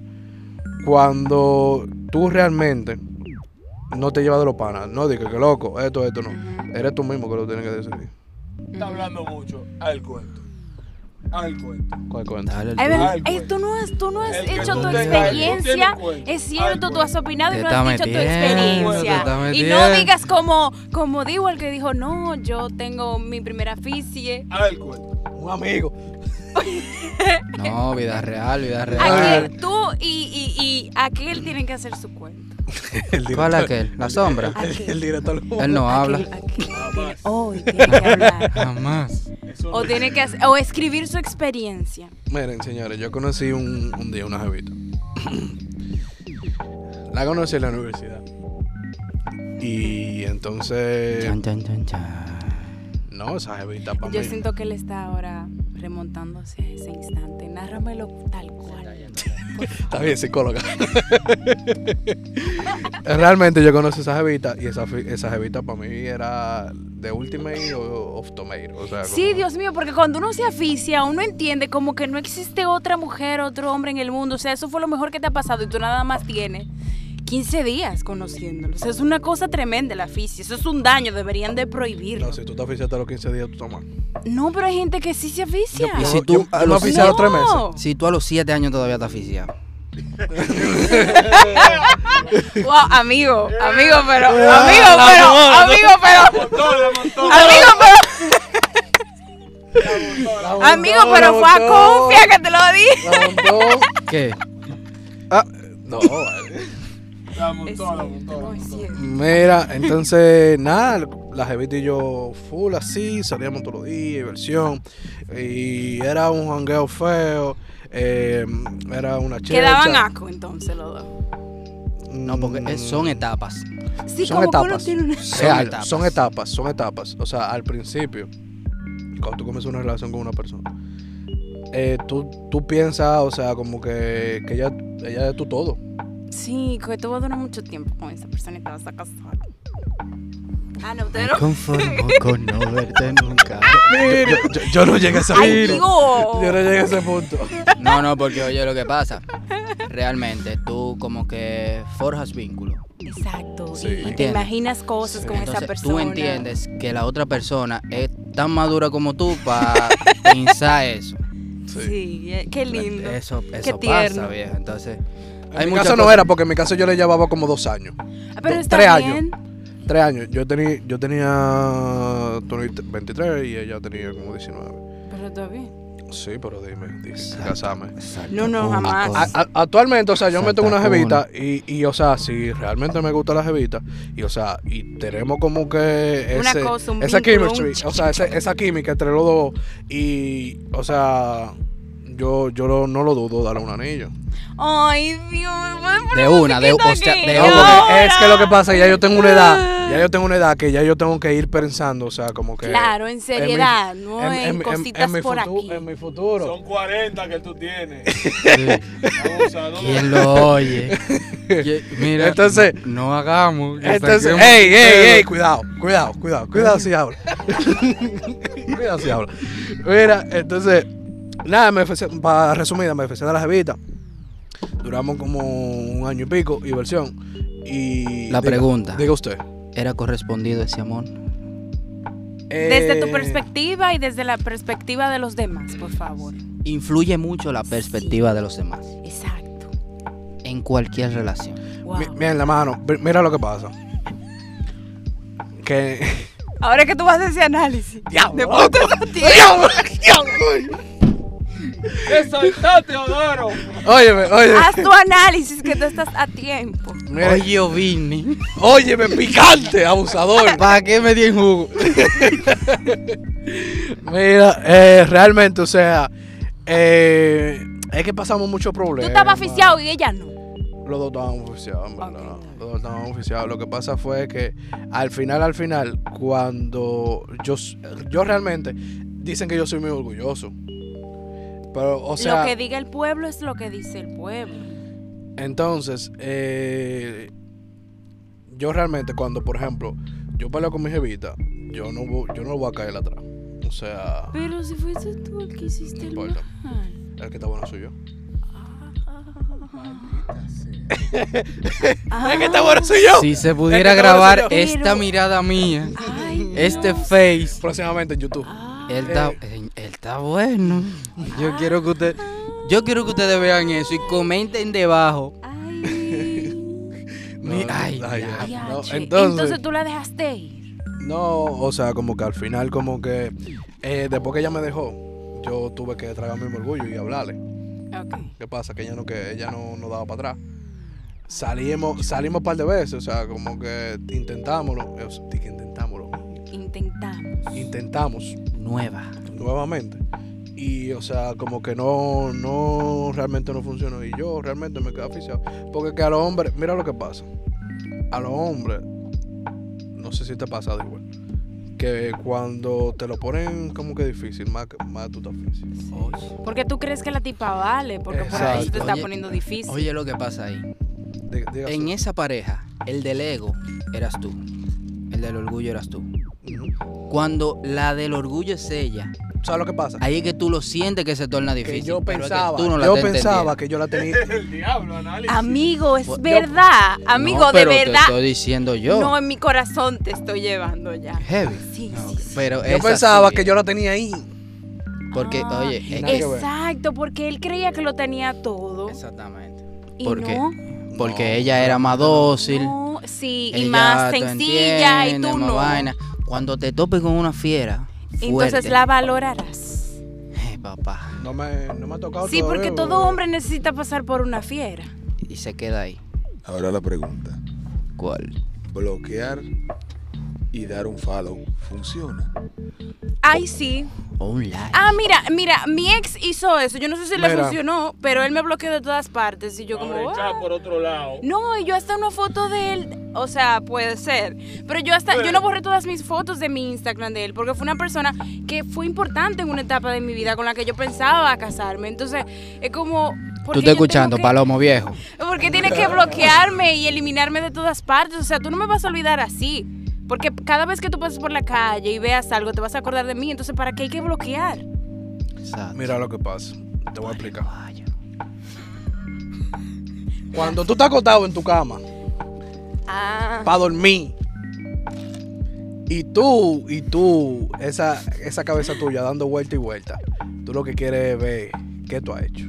[SPEAKER 1] cuando tú realmente no te llevas de los panas. No digas que loco, esto, esto no.
[SPEAKER 3] Ujú.
[SPEAKER 1] Eres tú mismo que lo tienes que decidir.
[SPEAKER 5] Está hablando mucho al cuento. al cuento.
[SPEAKER 1] ¿Cuál cuenta?
[SPEAKER 2] Dale el
[SPEAKER 3] Ay,
[SPEAKER 2] tuyo.
[SPEAKER 3] verdad,
[SPEAKER 5] Ay, güey.
[SPEAKER 3] eh, tú no has, tú no has
[SPEAKER 5] El que
[SPEAKER 3] hecho
[SPEAKER 5] tú
[SPEAKER 3] tu
[SPEAKER 5] tengas,
[SPEAKER 3] experiencia.
[SPEAKER 5] tú tienes cuenta.
[SPEAKER 3] Es cierto,
[SPEAKER 5] Ay,
[SPEAKER 3] tú has opinado y
[SPEAKER 2] Te
[SPEAKER 3] no
[SPEAKER 2] está
[SPEAKER 3] has dicho tu
[SPEAKER 2] metiendo,
[SPEAKER 5] te
[SPEAKER 3] experiencia.
[SPEAKER 2] está
[SPEAKER 3] Y no
[SPEAKER 2] metiendo.
[SPEAKER 3] digas como, como digo el que dijo, no, yo tengo mi primera fisie.
[SPEAKER 5] Al cuento.
[SPEAKER 1] Un amigo.
[SPEAKER 2] No, vida real, vida real.
[SPEAKER 3] Aquel, tú y, y, y aquel tienen que hacer su cuento.
[SPEAKER 1] El director,
[SPEAKER 2] ¿Cuál aquel? La sombra.
[SPEAKER 1] El, el director.
[SPEAKER 2] Él no habla.
[SPEAKER 3] Aquel, aquel tiene- oh, y tiene que hablar.
[SPEAKER 2] Jamás.
[SPEAKER 5] Eso
[SPEAKER 3] O
[SPEAKER 5] no-
[SPEAKER 3] tiene que hacer- o escribir su experiencia.
[SPEAKER 1] Miren, señores, yo conocí un, un día una jevita. La conocí en la universidad. Y entonces.
[SPEAKER 2] Chan, chan, chan, chan.
[SPEAKER 1] No, esa jevita para mí.
[SPEAKER 3] Yo siento que él está ahora remontándose a ese instante. Nárramelo tal cual.
[SPEAKER 1] Está bien, psicóloga. Realmente yo conocí esa jevita y esa, fi- esa jevita para mí era de Ultimate o of Tomato. O sea,
[SPEAKER 3] Sí,
[SPEAKER 1] como-
[SPEAKER 3] Dios mío, porque cuando uno se aficia, uno entiende como que no existe otra mujer, otro hombre en el mundo. O sea, eso fue lo mejor que te ha pasado y tú nada más tienes 15 días conociéndolo. O sea, es una cosa tremenda la aficia. Eso es un daño, deberían de prohibirlo.
[SPEAKER 1] No, si tú te oficiaste a los 15 días, tú tomas.
[SPEAKER 3] No, pero hay gente que sí se aficia.
[SPEAKER 2] Y
[SPEAKER 1] Yo-
[SPEAKER 2] si
[SPEAKER 1] yo-
[SPEAKER 2] tú
[SPEAKER 1] yo
[SPEAKER 2] a
[SPEAKER 1] me
[SPEAKER 2] los-
[SPEAKER 1] oficié a los tres meses.
[SPEAKER 2] Si tú a los 7 años todavía estás asfixiado.
[SPEAKER 3] Wow, amigo, amigo, pero, amigo, pero, amigo, pero,
[SPEAKER 5] Montón, la montón.
[SPEAKER 3] amigo, pero, amigo, pero fue a confia que te lo di.
[SPEAKER 2] ¿Qué?
[SPEAKER 1] Ah, no, vale.
[SPEAKER 5] La montón, la montón, la montón.
[SPEAKER 1] Mira, entonces, nada, la jevita y yo full así, salíamos todos los días, diversión. Y era un jangueo feo. eh, era una chica.
[SPEAKER 3] Quedaban asco entonces los dos.
[SPEAKER 2] No, porque es- son etapas.
[SPEAKER 3] Sí,
[SPEAKER 1] Mm, Son etapas.
[SPEAKER 2] Son
[SPEAKER 1] Real,
[SPEAKER 2] etapas.
[SPEAKER 1] son etapas, son etapas. O sea, al principio, cuando tú comienzas una relación con una persona, eh, tú, tú piensas, o sea, como que, que ella, ella es tu todo.
[SPEAKER 3] Sí, que tú vas a durar mucho tiempo con esa persona y te vas a casar. Ah, no, ustedes no.
[SPEAKER 2] conformo con no verte nunca.
[SPEAKER 1] Yo, yo- yo no llegué a ese
[SPEAKER 3] ¡Ay,
[SPEAKER 1] punto. Yo no
[SPEAKER 3] Dios!
[SPEAKER 1] llegué a ese punto.
[SPEAKER 2] No, no, porque oye lo que pasa. Realmente tú como que forjas vínculos.
[SPEAKER 3] Exacto.
[SPEAKER 1] Sí.
[SPEAKER 3] y te
[SPEAKER 2] Entiendo.
[SPEAKER 3] imaginas cosas
[SPEAKER 1] Sí.
[SPEAKER 3] con esa
[SPEAKER 2] Entonces
[SPEAKER 3] persona.
[SPEAKER 2] tú entiendes que la otra persona es tan madura como tú para pensar eso.
[SPEAKER 3] Sí, eh, qué lindo.
[SPEAKER 2] Eso, eso
[SPEAKER 3] tierno.
[SPEAKER 2] pasa, viejo. Entonces,
[SPEAKER 1] En
[SPEAKER 2] hay
[SPEAKER 1] mi
[SPEAKER 2] muchas
[SPEAKER 1] caso no
[SPEAKER 2] cosas-
[SPEAKER 1] era, porque en mi caso yo le llevaba como dos años.
[SPEAKER 3] Ah, Pero
[SPEAKER 1] do-
[SPEAKER 3] está
[SPEAKER 1] tres años.
[SPEAKER 3] bien.
[SPEAKER 1] Tres años. Yo, tenía yo tenía 23 y ella tenía como 19.
[SPEAKER 3] Pero está bien.
[SPEAKER 1] Sí, pero dime, dime casame.
[SPEAKER 2] Exacto.
[SPEAKER 3] No, no, jamás.
[SPEAKER 1] A- a- actualmente, o sea, yo me
[SPEAKER 2] Santa
[SPEAKER 1] tengo una
[SPEAKER 2] Cuna.
[SPEAKER 1] jevita y, y, o sea, si realmente me gusta la jevita y, o sea, y tenemos como que
[SPEAKER 3] Una
[SPEAKER 1] ese,
[SPEAKER 3] cosa, un
[SPEAKER 1] esa
[SPEAKER 3] vínculo, un
[SPEAKER 1] chemistry, o sea, ese- esa química entre los dos y, o sea, yo, yo lo- no lo dudo darle un anillo.
[SPEAKER 3] Ay, Dios.
[SPEAKER 2] De una, de- o sea, de
[SPEAKER 1] No,
[SPEAKER 2] una.
[SPEAKER 1] porque es Eh, que lo que pasa es que ya yo tengo una edad, ya yo tengo una edad que ya yo tengo que ir pensando, o sea, como que...
[SPEAKER 3] Claro, en seriedad, no en,
[SPEAKER 1] mi-
[SPEAKER 3] cositas
[SPEAKER 1] mi
[SPEAKER 3] por
[SPEAKER 1] futu-
[SPEAKER 3] aquí.
[SPEAKER 1] En mi futuro.
[SPEAKER 5] Son 40 que tú tienes. Abusador.
[SPEAKER 2] ¿Quién lo oye? Que- Mira,
[SPEAKER 1] Entonces-
[SPEAKER 2] no, no hagamos. que
[SPEAKER 1] Entonces,
[SPEAKER 2] saquemos
[SPEAKER 1] ey, ey,
[SPEAKER 2] pedo.
[SPEAKER 1] ey, cuidado, cuidado, cuidado, cuidado si habla. cuidado si habla. Mira, entonces, nada, me ofrecieron- para resumida, me ofrecieron a la jevita. Duramos como un año y pico, y versión. Y.
[SPEAKER 2] La
[SPEAKER 1] diga-
[SPEAKER 2] pregunta.
[SPEAKER 1] Diga usted.
[SPEAKER 2] ¿Era correspondido ese amor?
[SPEAKER 3] Desde
[SPEAKER 1] Eh,
[SPEAKER 3] tu perspectiva y desde la perspectiva de los demás, por favor.
[SPEAKER 2] Influye mucho la perspectiva de los demás
[SPEAKER 3] Exacto.
[SPEAKER 2] en cualquier relación.
[SPEAKER 3] Wow.
[SPEAKER 1] mi- Mira, en la mano, mi- mira lo que pasa. Que.
[SPEAKER 3] Ahora que tú vas a ese análisis. De punto de
[SPEAKER 1] ¡Diablo! ¡Diablo!
[SPEAKER 5] ¡Te saltaste, Odoro!
[SPEAKER 1] Óyeme, óyeme.
[SPEAKER 3] Haz tu análisis que tú estás a tiempo.
[SPEAKER 1] Mira,
[SPEAKER 2] Oye, Ovini,
[SPEAKER 1] óyeme, picante, abusador.
[SPEAKER 2] ¿para qué me di en jugo?
[SPEAKER 1] Mira, eh, realmente, o sea, eh, es que pasamos muchos problemas.
[SPEAKER 3] Tú estabas aficiado y ella no.
[SPEAKER 1] Los dos estábamos oficiados, en verdad.
[SPEAKER 3] Ok, está bien.
[SPEAKER 1] Los dos estábamos oficiados. Lo que pasa fue que al final, al final, cuando yo, s- yo realmente, dicen que yo soy muy orgulloso. Pero, o sea,
[SPEAKER 3] lo que diga el pueblo es lo que dice el pueblo.
[SPEAKER 1] entonces, eh, yo realmente cuando, por ejemplo, yo peleo con mi jevita, yo no, vo- yo no voy a caer atrás. O sea,
[SPEAKER 3] Pero si fuiste tú el que hiciste el
[SPEAKER 1] Bueno.
[SPEAKER 3] mal.
[SPEAKER 1] el que está bueno soy yo.
[SPEAKER 3] Ah,
[SPEAKER 1] El que está bueno soy yo.
[SPEAKER 2] Si se
[SPEAKER 1] Es que
[SPEAKER 2] pudiera
[SPEAKER 1] te voy a
[SPEAKER 2] grabar
[SPEAKER 1] decir
[SPEAKER 3] yo.
[SPEAKER 2] esta
[SPEAKER 3] Pero-
[SPEAKER 2] mirada mía,
[SPEAKER 3] ay, Ah.
[SPEAKER 2] este
[SPEAKER 3] Dios.
[SPEAKER 2] face, Ah.
[SPEAKER 1] Próximamente en YouTube.
[SPEAKER 2] Él está, él está bueno. Eh.
[SPEAKER 3] Ah.
[SPEAKER 2] Yo quiero que usted, yo quiero que ustedes vean eso y comenten debajo.
[SPEAKER 3] Ay.
[SPEAKER 1] No,
[SPEAKER 2] ay,
[SPEAKER 1] ay,
[SPEAKER 2] ya.
[SPEAKER 1] ay, no,
[SPEAKER 3] Diache. entonces,
[SPEAKER 1] entonces,
[SPEAKER 3] tú la dejaste ir.
[SPEAKER 1] no, o sea, como que al final, como que eh, después que ella me dejó, yo tuve que tragarme mi orgullo y hablarle.
[SPEAKER 3] Ok.
[SPEAKER 1] ¿Qué pasa? Que ella no, que ella no, no daba para atrás. Salimos, salimos un par de veces, o sea, como que intentámoslo, eh, o sea, que intentámoslo,
[SPEAKER 3] Intentamos.
[SPEAKER 1] intentamos
[SPEAKER 2] Nueva.
[SPEAKER 1] nuevamente. Y, o sea, como que no, no, realmente no funcionó. Y yo realmente me quedé aficionado. Porque que a los hombres, mira lo que pasa. A los hombres, no sé si te ha pasado igual. Que cuando te lo ponen como que difícil, más, que- más tú te aficias.
[SPEAKER 3] Porque tú crees que la tipa vale, porque por ahí se te
[SPEAKER 1] Exacto.
[SPEAKER 3] está
[SPEAKER 2] Oye,
[SPEAKER 3] poniendo difícil.
[SPEAKER 2] Oye lo que pasa ahí.
[SPEAKER 1] Diga- diga
[SPEAKER 2] En
[SPEAKER 1] su-
[SPEAKER 2] esa pareja, el del ego eras tú. El del orgullo eras tú.
[SPEAKER 1] Ujú.
[SPEAKER 2] Cuando la del orgullo es ella,
[SPEAKER 1] ¿Sabes lo que pasa?
[SPEAKER 2] ahí es que tú lo sientes que se torna
[SPEAKER 1] Que
[SPEAKER 2] difícil.
[SPEAKER 1] yo
[SPEAKER 2] pero es que
[SPEAKER 1] pensaba,
[SPEAKER 2] tú no la
[SPEAKER 1] yo
[SPEAKER 2] estás
[SPEAKER 1] pensaba
[SPEAKER 2] entendiendo.
[SPEAKER 1] que yo la tenía.
[SPEAKER 5] El diablo,
[SPEAKER 3] Ah.
[SPEAKER 5] análisis.
[SPEAKER 3] Amigo, es
[SPEAKER 2] Yo-
[SPEAKER 3] verdad. Amigo,
[SPEAKER 2] No,
[SPEAKER 3] de
[SPEAKER 2] pero Te
[SPEAKER 3] verdad.
[SPEAKER 2] estoy diciendo yo.
[SPEAKER 3] No, en mi corazón te estoy llevando ya.
[SPEAKER 2] Heavy.
[SPEAKER 3] Sí,
[SPEAKER 2] No,
[SPEAKER 3] sí, sí.
[SPEAKER 2] Pero
[SPEAKER 1] Yo
[SPEAKER 2] esa
[SPEAKER 1] pensaba
[SPEAKER 2] sí
[SPEAKER 1] que
[SPEAKER 2] es.
[SPEAKER 1] yo la tenía ahí.
[SPEAKER 2] Porque,
[SPEAKER 3] Ah,
[SPEAKER 2] oye, es
[SPEAKER 1] nada
[SPEAKER 2] que-
[SPEAKER 1] que ver.
[SPEAKER 3] Exacto, porque él creía que lo tenía todo.
[SPEAKER 2] Exactamente.
[SPEAKER 3] Y
[SPEAKER 2] ¿Por qué?
[SPEAKER 3] no,
[SPEAKER 2] Porque
[SPEAKER 1] No,
[SPEAKER 2] ella era más dócil.
[SPEAKER 3] no, sí, y
[SPEAKER 2] ella
[SPEAKER 3] más
[SPEAKER 2] te
[SPEAKER 3] sencilla y
[SPEAKER 2] entiende,
[SPEAKER 3] tú
[SPEAKER 2] más
[SPEAKER 3] no.
[SPEAKER 2] vaina. Cuando te topes con una fiera.
[SPEAKER 3] Entonces
[SPEAKER 2] fuerte,
[SPEAKER 3] la valorarás.
[SPEAKER 2] eh, papá.
[SPEAKER 1] No me, no me ha tocado
[SPEAKER 3] Sí,
[SPEAKER 1] todavía,
[SPEAKER 3] porque
[SPEAKER 1] pero-
[SPEAKER 3] todo hombre necesita pasar por una fiera.
[SPEAKER 2] Y se queda ahí.
[SPEAKER 4] Ahora la pregunta.
[SPEAKER 2] ¿Cuál?
[SPEAKER 4] Bloquear y dar un follow funciona.
[SPEAKER 3] Ay, sí.
[SPEAKER 2] O un like.
[SPEAKER 3] Ah, mira, mira, mi ex hizo eso. Yo no sé si le
[SPEAKER 1] Mira.
[SPEAKER 3] funcionó, pero él me bloqueó de todas partes. Y yo como...
[SPEAKER 5] Ahora
[SPEAKER 3] "Ah".
[SPEAKER 5] está por otro lado.
[SPEAKER 3] No, y yo hasta una foto de él, o sea, puede ser, pero yo hasta, yo no borré todas mis fotos de mi Instagram de él, porque fue una persona que fue importante en una etapa de mi vida con la que yo pensaba casarme, entonces es como... ¿por
[SPEAKER 2] Tú estás
[SPEAKER 3] qué yo tengo
[SPEAKER 2] escuchando,
[SPEAKER 3] que-
[SPEAKER 2] Palomo Viejo.
[SPEAKER 3] ¿Por qué tienes que bloquearme y eliminarme de todas partes? O sea, tú no me vas a olvidar así, porque cada vez que tú pases por la calle y veas algo, te vas a acordar de mí, entonces ¿para qué hay que bloquear?
[SPEAKER 2] Exacto.
[SPEAKER 1] Mira lo que pasa. Te voy a explicar.
[SPEAKER 2] Vaya.
[SPEAKER 1] Cuando tú estás acostado en tu cama
[SPEAKER 3] Ah,
[SPEAKER 1] para dormir y tú, y tú, esa, esa cabeza tuya dando vuelta y vuelta, tú lo que quieres es ver qué tú has hecho.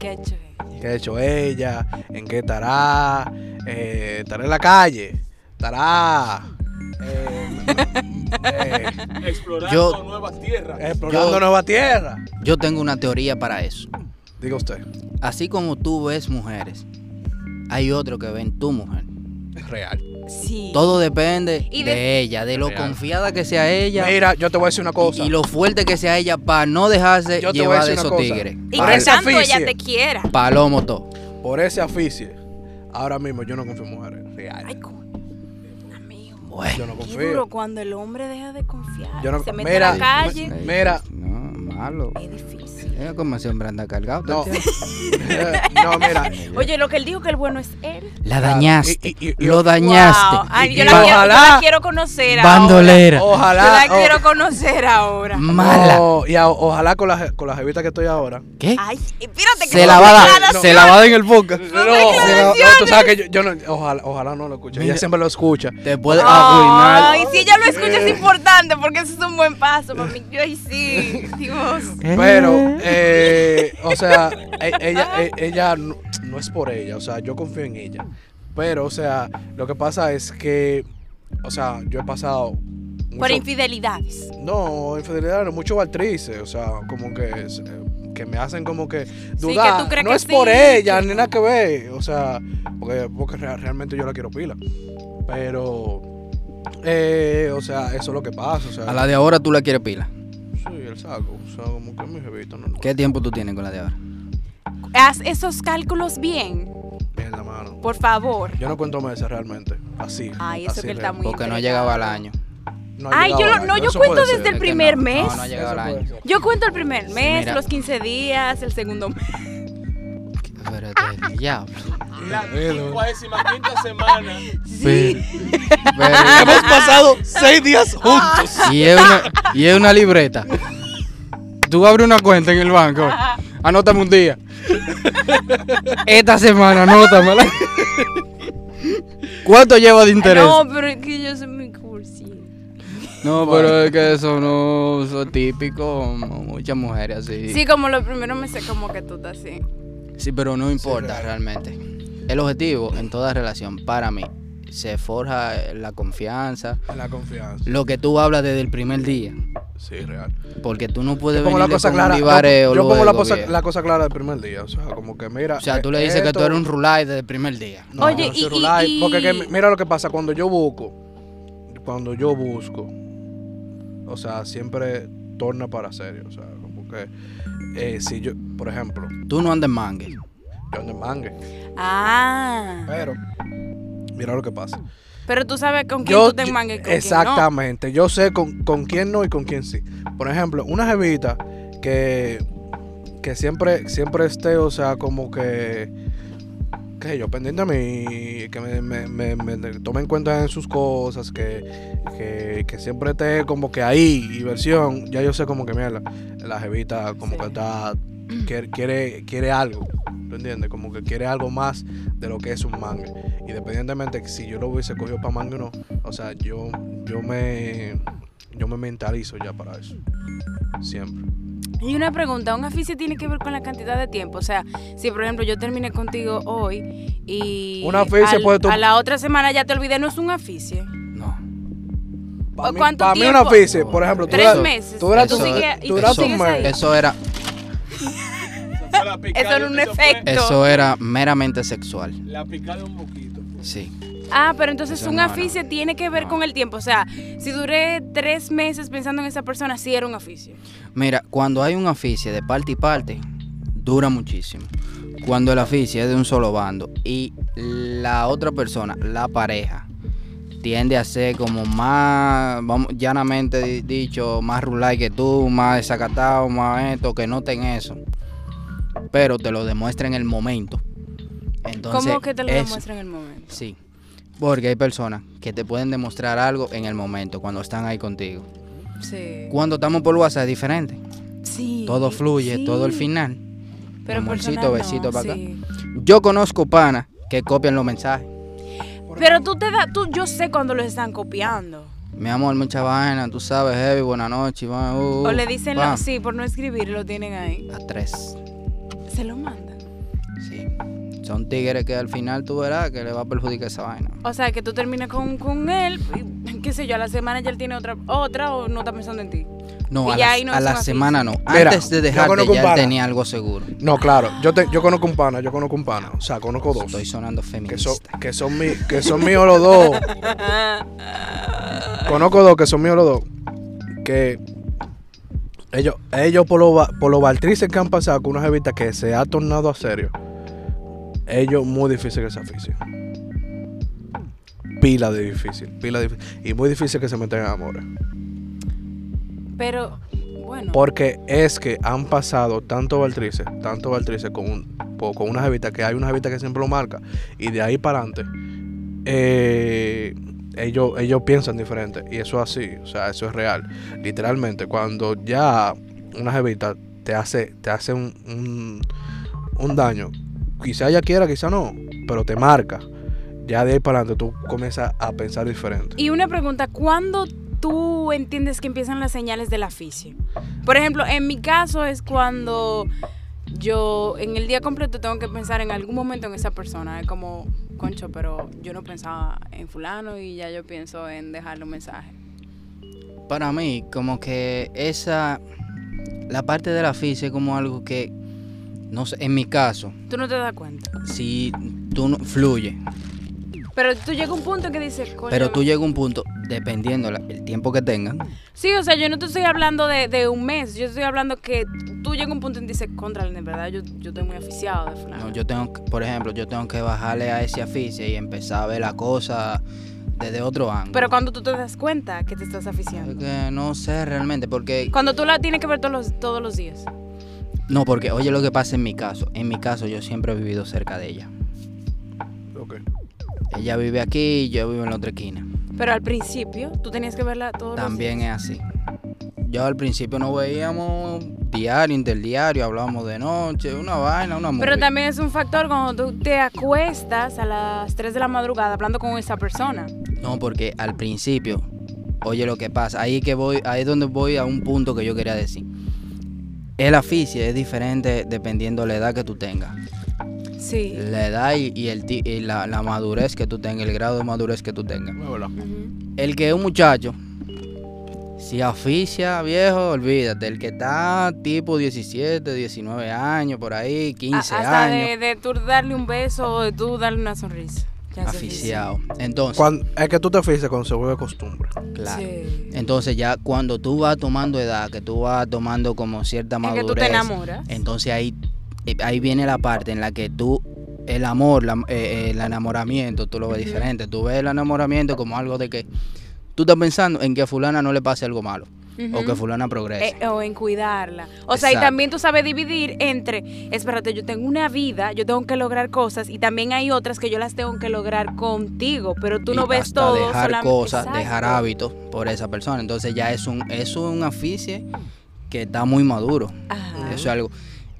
[SPEAKER 3] qué chévere.
[SPEAKER 1] ¿Qué ha hecho ella? ¿En qué estará? Eh, ¿Estará en la calle? ¿Estará eh, eh,
[SPEAKER 5] Explorando
[SPEAKER 2] Yo-
[SPEAKER 5] nuevas tierras.
[SPEAKER 1] explorando
[SPEAKER 2] Yo-
[SPEAKER 1] nueva tierra?
[SPEAKER 2] Yo tengo una teoría para eso.
[SPEAKER 1] Diga usted,
[SPEAKER 2] Así como tú ves mujeres, hay otro que ven tu mujer.
[SPEAKER 1] es real.
[SPEAKER 3] Sí.
[SPEAKER 2] Todo depende
[SPEAKER 3] Y
[SPEAKER 2] de,
[SPEAKER 3] de-
[SPEAKER 2] ella, de lo
[SPEAKER 1] Real.
[SPEAKER 2] confiada que sea ella
[SPEAKER 1] Mira, yo te voy a decir una cosa.
[SPEAKER 2] y lo fuerte que sea ella para no dejarse
[SPEAKER 1] Yo te voy a
[SPEAKER 2] llevar de
[SPEAKER 1] decir una
[SPEAKER 2] esos
[SPEAKER 1] cosa.
[SPEAKER 2] tigres.
[SPEAKER 3] y
[SPEAKER 1] para
[SPEAKER 3] que
[SPEAKER 1] ese
[SPEAKER 3] tanto ella
[SPEAKER 1] aficio.
[SPEAKER 3] te quiera.
[SPEAKER 2] Palomo todo.
[SPEAKER 1] Por ese aficie, ahora mismo yo no confío en mujeres. Real.
[SPEAKER 3] Ay, coño. Amigo.
[SPEAKER 1] Yo no
[SPEAKER 3] Qué
[SPEAKER 1] confío.
[SPEAKER 3] duro cuando el hombre deja de confiar.
[SPEAKER 1] Yo no-
[SPEAKER 3] se mete
[SPEAKER 1] mira,
[SPEAKER 3] a la calle.
[SPEAKER 1] Ey, Mira.
[SPEAKER 2] No, malo.
[SPEAKER 3] Es difícil.
[SPEAKER 2] Mira cómo ese hombre anda cargado.
[SPEAKER 1] No,
[SPEAKER 2] todo el tiempo.
[SPEAKER 1] no, mira.
[SPEAKER 3] Oye, lo que él dijo que el bueno es él.
[SPEAKER 2] La
[SPEAKER 1] Claro,
[SPEAKER 2] dañaste.
[SPEAKER 1] y- y- y-
[SPEAKER 2] lo dañaste.
[SPEAKER 3] Wow. Ay, yo,
[SPEAKER 1] Y
[SPEAKER 3] la
[SPEAKER 1] va-
[SPEAKER 2] Ba-
[SPEAKER 3] quiero, yo la
[SPEAKER 1] Ojalá.
[SPEAKER 3] quiero conocer ahora.
[SPEAKER 2] bandolera.
[SPEAKER 3] Yo
[SPEAKER 1] Ojalá.
[SPEAKER 3] la
[SPEAKER 1] o-
[SPEAKER 3] quiero conocer ahora.
[SPEAKER 2] Mala.
[SPEAKER 1] o- y a- ojalá con la, con la jevita que estoy ahora.
[SPEAKER 2] ¿Qué?
[SPEAKER 3] Ay, espérate que
[SPEAKER 2] Se la va a dar.
[SPEAKER 1] no.
[SPEAKER 2] Se la va a dar en el boca.
[SPEAKER 1] No, no, tú sabes que yo, yo no, ojalá, ojalá no lo escuche.
[SPEAKER 2] Mira.
[SPEAKER 1] Ella siempre lo escucha.
[SPEAKER 2] Te puede arruinar.
[SPEAKER 3] Ay, si ella lo escucha es importante porque eso es un buen paso para mí. Yo ahí sí, Dios.
[SPEAKER 1] Pero, eh, o sea, e- ella, e- ella no, no es por ella, o sea, yo confío en ella. Pero, o sea, lo que pasa es que, o sea, yo he pasado...
[SPEAKER 3] Por
[SPEAKER 1] mucho-
[SPEAKER 3] infidelidades.
[SPEAKER 1] No, infidelidad, no, muchos actrices, o sea, como que, es, eh, que me hacen como que dudar.
[SPEAKER 3] que tú crees
[SPEAKER 1] no
[SPEAKER 3] que
[SPEAKER 1] es por
[SPEAKER 3] sí,
[SPEAKER 1] ella,
[SPEAKER 3] que
[SPEAKER 1] ni
[SPEAKER 3] no.
[SPEAKER 1] nada que ver, o sea, porque, porque rea- realmente yo la quiero pila. Pero, eh, o sea, eso es lo que pasa, o sea,
[SPEAKER 2] A la de ahora tú la quieres pila.
[SPEAKER 1] sí, el saco, o sea, como que mi jevita no,
[SPEAKER 2] ¿Qué tiempo tú tienes con la de ahora?
[SPEAKER 3] Haz esos cálculos bien,
[SPEAKER 1] en la mano.
[SPEAKER 3] por favor.
[SPEAKER 1] Yo no cuento meses realmente, así.
[SPEAKER 3] Ay, eso
[SPEAKER 1] así
[SPEAKER 3] que él
[SPEAKER 1] real.
[SPEAKER 3] está muy
[SPEAKER 2] Porque no
[SPEAKER 3] interesado.
[SPEAKER 2] llegaba al año.
[SPEAKER 1] No ha
[SPEAKER 3] Ay, yo
[SPEAKER 1] llegado
[SPEAKER 3] lo-
[SPEAKER 1] al
[SPEAKER 3] no,
[SPEAKER 1] año,
[SPEAKER 3] yo
[SPEAKER 1] eso puede
[SPEAKER 3] cuento
[SPEAKER 1] ser.
[SPEAKER 3] desde el
[SPEAKER 2] Es que
[SPEAKER 3] primer
[SPEAKER 2] no,
[SPEAKER 3] mes.
[SPEAKER 2] No, no ha llegado
[SPEAKER 1] Eso
[SPEAKER 2] al
[SPEAKER 1] puede
[SPEAKER 2] año.
[SPEAKER 1] ser.
[SPEAKER 3] Yo cuento el primer mes,
[SPEAKER 2] mira.
[SPEAKER 3] los 15 días, el segundo mes.
[SPEAKER 2] Pero del diablo.
[SPEAKER 5] La 55 semana.
[SPEAKER 2] Pero-
[SPEAKER 1] Hemos pasado
[SPEAKER 3] Ah.
[SPEAKER 1] seis días juntos.
[SPEAKER 2] y, es una, y es una libreta. Tú abres una cuenta en el banco. Anótame un día. Esta semana, anótamela. ¿Cuánto lleva de interés?
[SPEAKER 3] No, pero es que yo soy muy cursi.
[SPEAKER 2] No, pero es que eso no eso es típico. mu- Muchas mujeres así.
[SPEAKER 3] Sí, como lo primero me sé como que tú estás así.
[SPEAKER 2] Sí, pero no importa realmente. El objetivo en toda relación, para mí, se forja la confianza.
[SPEAKER 1] La confianza.
[SPEAKER 2] Lo que tú hablas desde el primer día.
[SPEAKER 1] Sí, real.
[SPEAKER 2] Porque tú no puedes
[SPEAKER 1] Yo pongo
[SPEAKER 2] venir
[SPEAKER 1] la cosa clara. Yo,
[SPEAKER 2] Yo,
[SPEAKER 1] yo pongo la cosa, la cosa clara del primer día. O sea, como que mira.
[SPEAKER 2] O sea, tú le
[SPEAKER 1] eh,
[SPEAKER 2] dices que tú
[SPEAKER 1] esto-
[SPEAKER 2] eres un rulay desde el primer día.
[SPEAKER 1] No,
[SPEAKER 3] Oye,
[SPEAKER 1] yo soy
[SPEAKER 3] y-
[SPEAKER 1] rulay,
[SPEAKER 3] y-
[SPEAKER 1] Porque que
[SPEAKER 3] y-
[SPEAKER 1] mira lo que pasa cuando yo busco. Cuando yo busco. O sea, siempre torna para serio. O sea, como que. eh, si yo, por ejemplo,
[SPEAKER 2] Tú no andes mangue.
[SPEAKER 1] yo ando en mangue.
[SPEAKER 3] Ah.
[SPEAKER 1] Pero. Mira lo que pasa.
[SPEAKER 3] Pero tú sabes con quién
[SPEAKER 1] Yo,
[SPEAKER 3] tú te
[SPEAKER 1] yo-
[SPEAKER 3] mangas y con quién no.
[SPEAKER 1] exactamente. Yo sé con, con quién no y con quién sí. Por ejemplo, una jevita que, que siempre, siempre esté, o sea, como que, qué sé yo, pendiente a mí, que me, me- me- me tome en cuenta en sus cosas, que, que, que siempre esté como que ahí, y versión, ya yo sé como que, mira, la, la jevita como
[SPEAKER 3] Sí.
[SPEAKER 1] que está, quiere, quiere, quiere algo. ¿Tú entiendes? Como que quiere algo más de lo que es un manga. Independientemente que si yo lo hubiese cogido para manga o no, o sea, yo, yo me yo me mentalizo ya para eso. Siempre.
[SPEAKER 3] Y una pregunta, ¿un aficio tiene que ver con la cantidad de tiempo? O sea, si por ejemplo yo terminé contigo hoy y
[SPEAKER 1] Un aficio
[SPEAKER 3] al-
[SPEAKER 1] puede tu-
[SPEAKER 3] a la otra semana ya te olvidé, no es un aficio.
[SPEAKER 2] No.
[SPEAKER 1] Pa'
[SPEAKER 3] ¿O cuánto
[SPEAKER 1] pa'
[SPEAKER 3] tiempo?
[SPEAKER 1] una pizza, Eh, por ejemplo,
[SPEAKER 3] Tres
[SPEAKER 1] duras-
[SPEAKER 3] meses.
[SPEAKER 1] tú duras
[SPEAKER 2] Eso-
[SPEAKER 1] tu-
[SPEAKER 2] sigue-
[SPEAKER 3] y
[SPEAKER 1] tú
[SPEAKER 2] tú
[SPEAKER 1] duras tu
[SPEAKER 2] sigues
[SPEAKER 1] mes.
[SPEAKER 3] ahí.
[SPEAKER 2] Eso era,
[SPEAKER 5] Esa fue la picada,
[SPEAKER 3] Eso era un
[SPEAKER 5] fue
[SPEAKER 3] efecto.
[SPEAKER 2] eso era meramente sexual.
[SPEAKER 5] La picada de un poquito.
[SPEAKER 2] Sí.
[SPEAKER 3] Ah, pero entonces
[SPEAKER 2] Eso
[SPEAKER 3] un
[SPEAKER 2] no, no.
[SPEAKER 3] aficio tiene que ver
[SPEAKER 2] No.
[SPEAKER 3] con el tiempo. O sea, si duré tres meses pensando en esa persona, sí era un aficio.
[SPEAKER 2] Mira, cuando hay un aficio de parte y parte, dura muchísimo. Cuando el aficio es de un solo bando y la otra persona, la pareja, tiende a ser como más, vamos, llanamente di- dicho, más rulay que tú, más desacatado, más esto, que noten eso. Pero te lo demuestra en el momento. Entonces,
[SPEAKER 3] ¿Cómo que te lo
[SPEAKER 2] eso-
[SPEAKER 3] demuestra en el momento?
[SPEAKER 2] Sí. Porque hay personas que te pueden demostrar algo en el momento, cuando están ahí contigo.
[SPEAKER 3] Sí.
[SPEAKER 2] Cuando estamos por WhatsApp es diferente.
[SPEAKER 3] Sí,
[SPEAKER 2] Todo fluye,
[SPEAKER 3] sí.
[SPEAKER 2] todo el final.
[SPEAKER 3] Pero
[SPEAKER 2] Amorcito,
[SPEAKER 3] personal no,
[SPEAKER 2] besito pa' acá.
[SPEAKER 3] sí.
[SPEAKER 2] Yo conozco panas que copian los mensajes.
[SPEAKER 3] Pero tú te das, tú, yo sé cuando lo están copiando.
[SPEAKER 2] Mi amor, mucha vaina, tú sabes, heavy, buena noche, va, uh,
[SPEAKER 3] o le dicen,
[SPEAKER 2] va.
[SPEAKER 3] lo, sí, por no escribir, lo tienen ahí.
[SPEAKER 2] A tres,
[SPEAKER 3] Se lo mandan.
[SPEAKER 2] sí. Son tigres que al final tú verás que le va a perjudicar esa vaina.
[SPEAKER 3] O sea, que tú terminas con, con él, y, qué sé yo, a la semana ya él tiene otra, otra o no está pensando en ti.
[SPEAKER 2] No,
[SPEAKER 3] Y
[SPEAKER 2] a
[SPEAKER 3] ya
[SPEAKER 2] la,
[SPEAKER 3] ahí no
[SPEAKER 2] a
[SPEAKER 3] es
[SPEAKER 2] la
[SPEAKER 3] un aviso.
[SPEAKER 2] semana no.
[SPEAKER 1] Mira,
[SPEAKER 2] Antes de
[SPEAKER 1] yo
[SPEAKER 2] dejarte
[SPEAKER 1] conozco un
[SPEAKER 2] ya él
[SPEAKER 1] pana.
[SPEAKER 2] tenía algo seguro.
[SPEAKER 1] No, claro. Yo te, yo conozco un pana, yo conozco un pana. O sea, conozco dos.
[SPEAKER 2] Estoy sonando
[SPEAKER 1] Que son,
[SPEAKER 2] feminista.
[SPEAKER 1] que son mi- que son míos los dos. Conozco dos que son míos los dos. Que ellos, ellos por los por lo baltrices que han pasado con una jevita que se ha tornado a serio. Ellos muy difícil que se aficien. Pila de difícil, pila de difícil. Y muy difícil que se metan en amores.
[SPEAKER 3] Pero, bueno.
[SPEAKER 1] Porque es que han pasado tanto Baltrices, tanto Baltrices con, un, po- con una jevita, que hay una jevita que siempre lo marca, y de ahí para adelante, eh, ellos, ellos piensan diferente, y eso es así, o sea, eso es real. Literalmente, cuando ya una jevita te hace, te hace un, un, un daño, quizá ella quiera, quizá no, pero te marca, ya de ahí para adelante tú comienzas a pensar diferente.
[SPEAKER 3] Y una pregunta, ¿cuándo tú entiendes que empiezan las señales del aficio? Por ejemplo, en mi caso es cuando yo en el día completo tengo que pensar en algún momento en esa persona. Es como, concho, pero yo no pensaba en fulano y ya yo pienso en dejarle un mensaje.
[SPEAKER 2] Para mí, como que esa. La parte de la física es como algo que. No sé, en mi caso,
[SPEAKER 3] Tú no te das cuenta.
[SPEAKER 2] si tú no, fluye,
[SPEAKER 3] Pero tú llegas a un punto que dices, coño.
[SPEAKER 2] Pero tú llegas a un punto, dependiendo la- el tiempo que tengan,
[SPEAKER 3] Sí, o sea, yo no te estoy hablando de, de un mes. Yo estoy hablando que tú llegas a un punto y dices, contra, en verdad, yo, yo estoy muy aficiado de fulano.
[SPEAKER 2] no, yo tengo, que- por ejemplo, yo tengo que bajarle a ese aficio y empezar a ver la cosa desde otro ángulo.
[SPEAKER 3] Pero cuando tú te das cuenta que te estás aficiando.
[SPEAKER 2] Es que no sé realmente, porque...
[SPEAKER 3] Cuando tú la tienes que ver todos los, todos los días.
[SPEAKER 2] No, porque oye lo que pasa en mi caso. En mi caso yo siempre he vivido cerca de ella.
[SPEAKER 1] Ok.
[SPEAKER 2] Ella vive aquí, yo vivo en la otra esquina.
[SPEAKER 3] Pero al principio, tú tenías que verla todos
[SPEAKER 2] También es así. Yo al principio nos veíamos diario, interdiario, hablábamos de noche, una vaina, una
[SPEAKER 3] los días. Pero
[SPEAKER 2] movie.
[SPEAKER 3] también es un factor cuando tú te acuestas a las 3 de la madrugada hablando con esa persona.
[SPEAKER 2] No, porque al principio Oye, lo que pasa, ahí que voy, ahí es donde voy a un punto que yo quería decir. El afiche es diferente dependiendo la edad que tú tengas.
[SPEAKER 3] Sí.
[SPEAKER 2] La edad y, y el, ti- y la, la madurez que tú tengas, el grado de madurez que tú tengas.
[SPEAKER 3] Ujú.
[SPEAKER 2] El que es un muchacho, si aficia, viejo, olvídate. El que está tipo 17, 19 años, por ahí,
[SPEAKER 3] A-
[SPEAKER 2] 15
[SPEAKER 3] Hasta
[SPEAKER 2] años,
[SPEAKER 3] de, de tú darle un beso o de tú darle una sonrisa. Ya se
[SPEAKER 2] aficiado. Entonces,
[SPEAKER 1] Cuando, es que tú te fijas cuando se vuelve costumbre.
[SPEAKER 3] dice.
[SPEAKER 2] claro.
[SPEAKER 3] Sí.
[SPEAKER 2] Entonces ya cuando tú vas tomando edad, que tú vas tomando como cierta
[SPEAKER 3] Es que
[SPEAKER 2] madurez,
[SPEAKER 3] tú te enamoras.
[SPEAKER 2] entonces ahí, eh, ahí viene la parte en la que tú, el amor, la- eh, eh, el enamoramiento, tú lo ves diferente. Tú ves el enamoramiento como algo de que tú estás pensando en que a fulana no le pase algo malo o que
[SPEAKER 3] Ujú.
[SPEAKER 2] fulana progrese.
[SPEAKER 3] Eh, o en cuidarla. O sea, y
[SPEAKER 2] Exacto.
[SPEAKER 3] también tú sabes dividir entre, espérate, yo tengo una vida, yo tengo que lograr cosas y también hay otras que yo las tengo que lograr contigo, pero tú
[SPEAKER 2] Y
[SPEAKER 3] no ves
[SPEAKER 2] hasta
[SPEAKER 3] todo.
[SPEAKER 2] dejar
[SPEAKER 3] solam-
[SPEAKER 2] cosas,
[SPEAKER 3] Exacto.
[SPEAKER 2] dejar hábitos por esa persona. Entonces ya es un es un aficie que está muy maduro.
[SPEAKER 3] Ajá.
[SPEAKER 2] Eso es algo.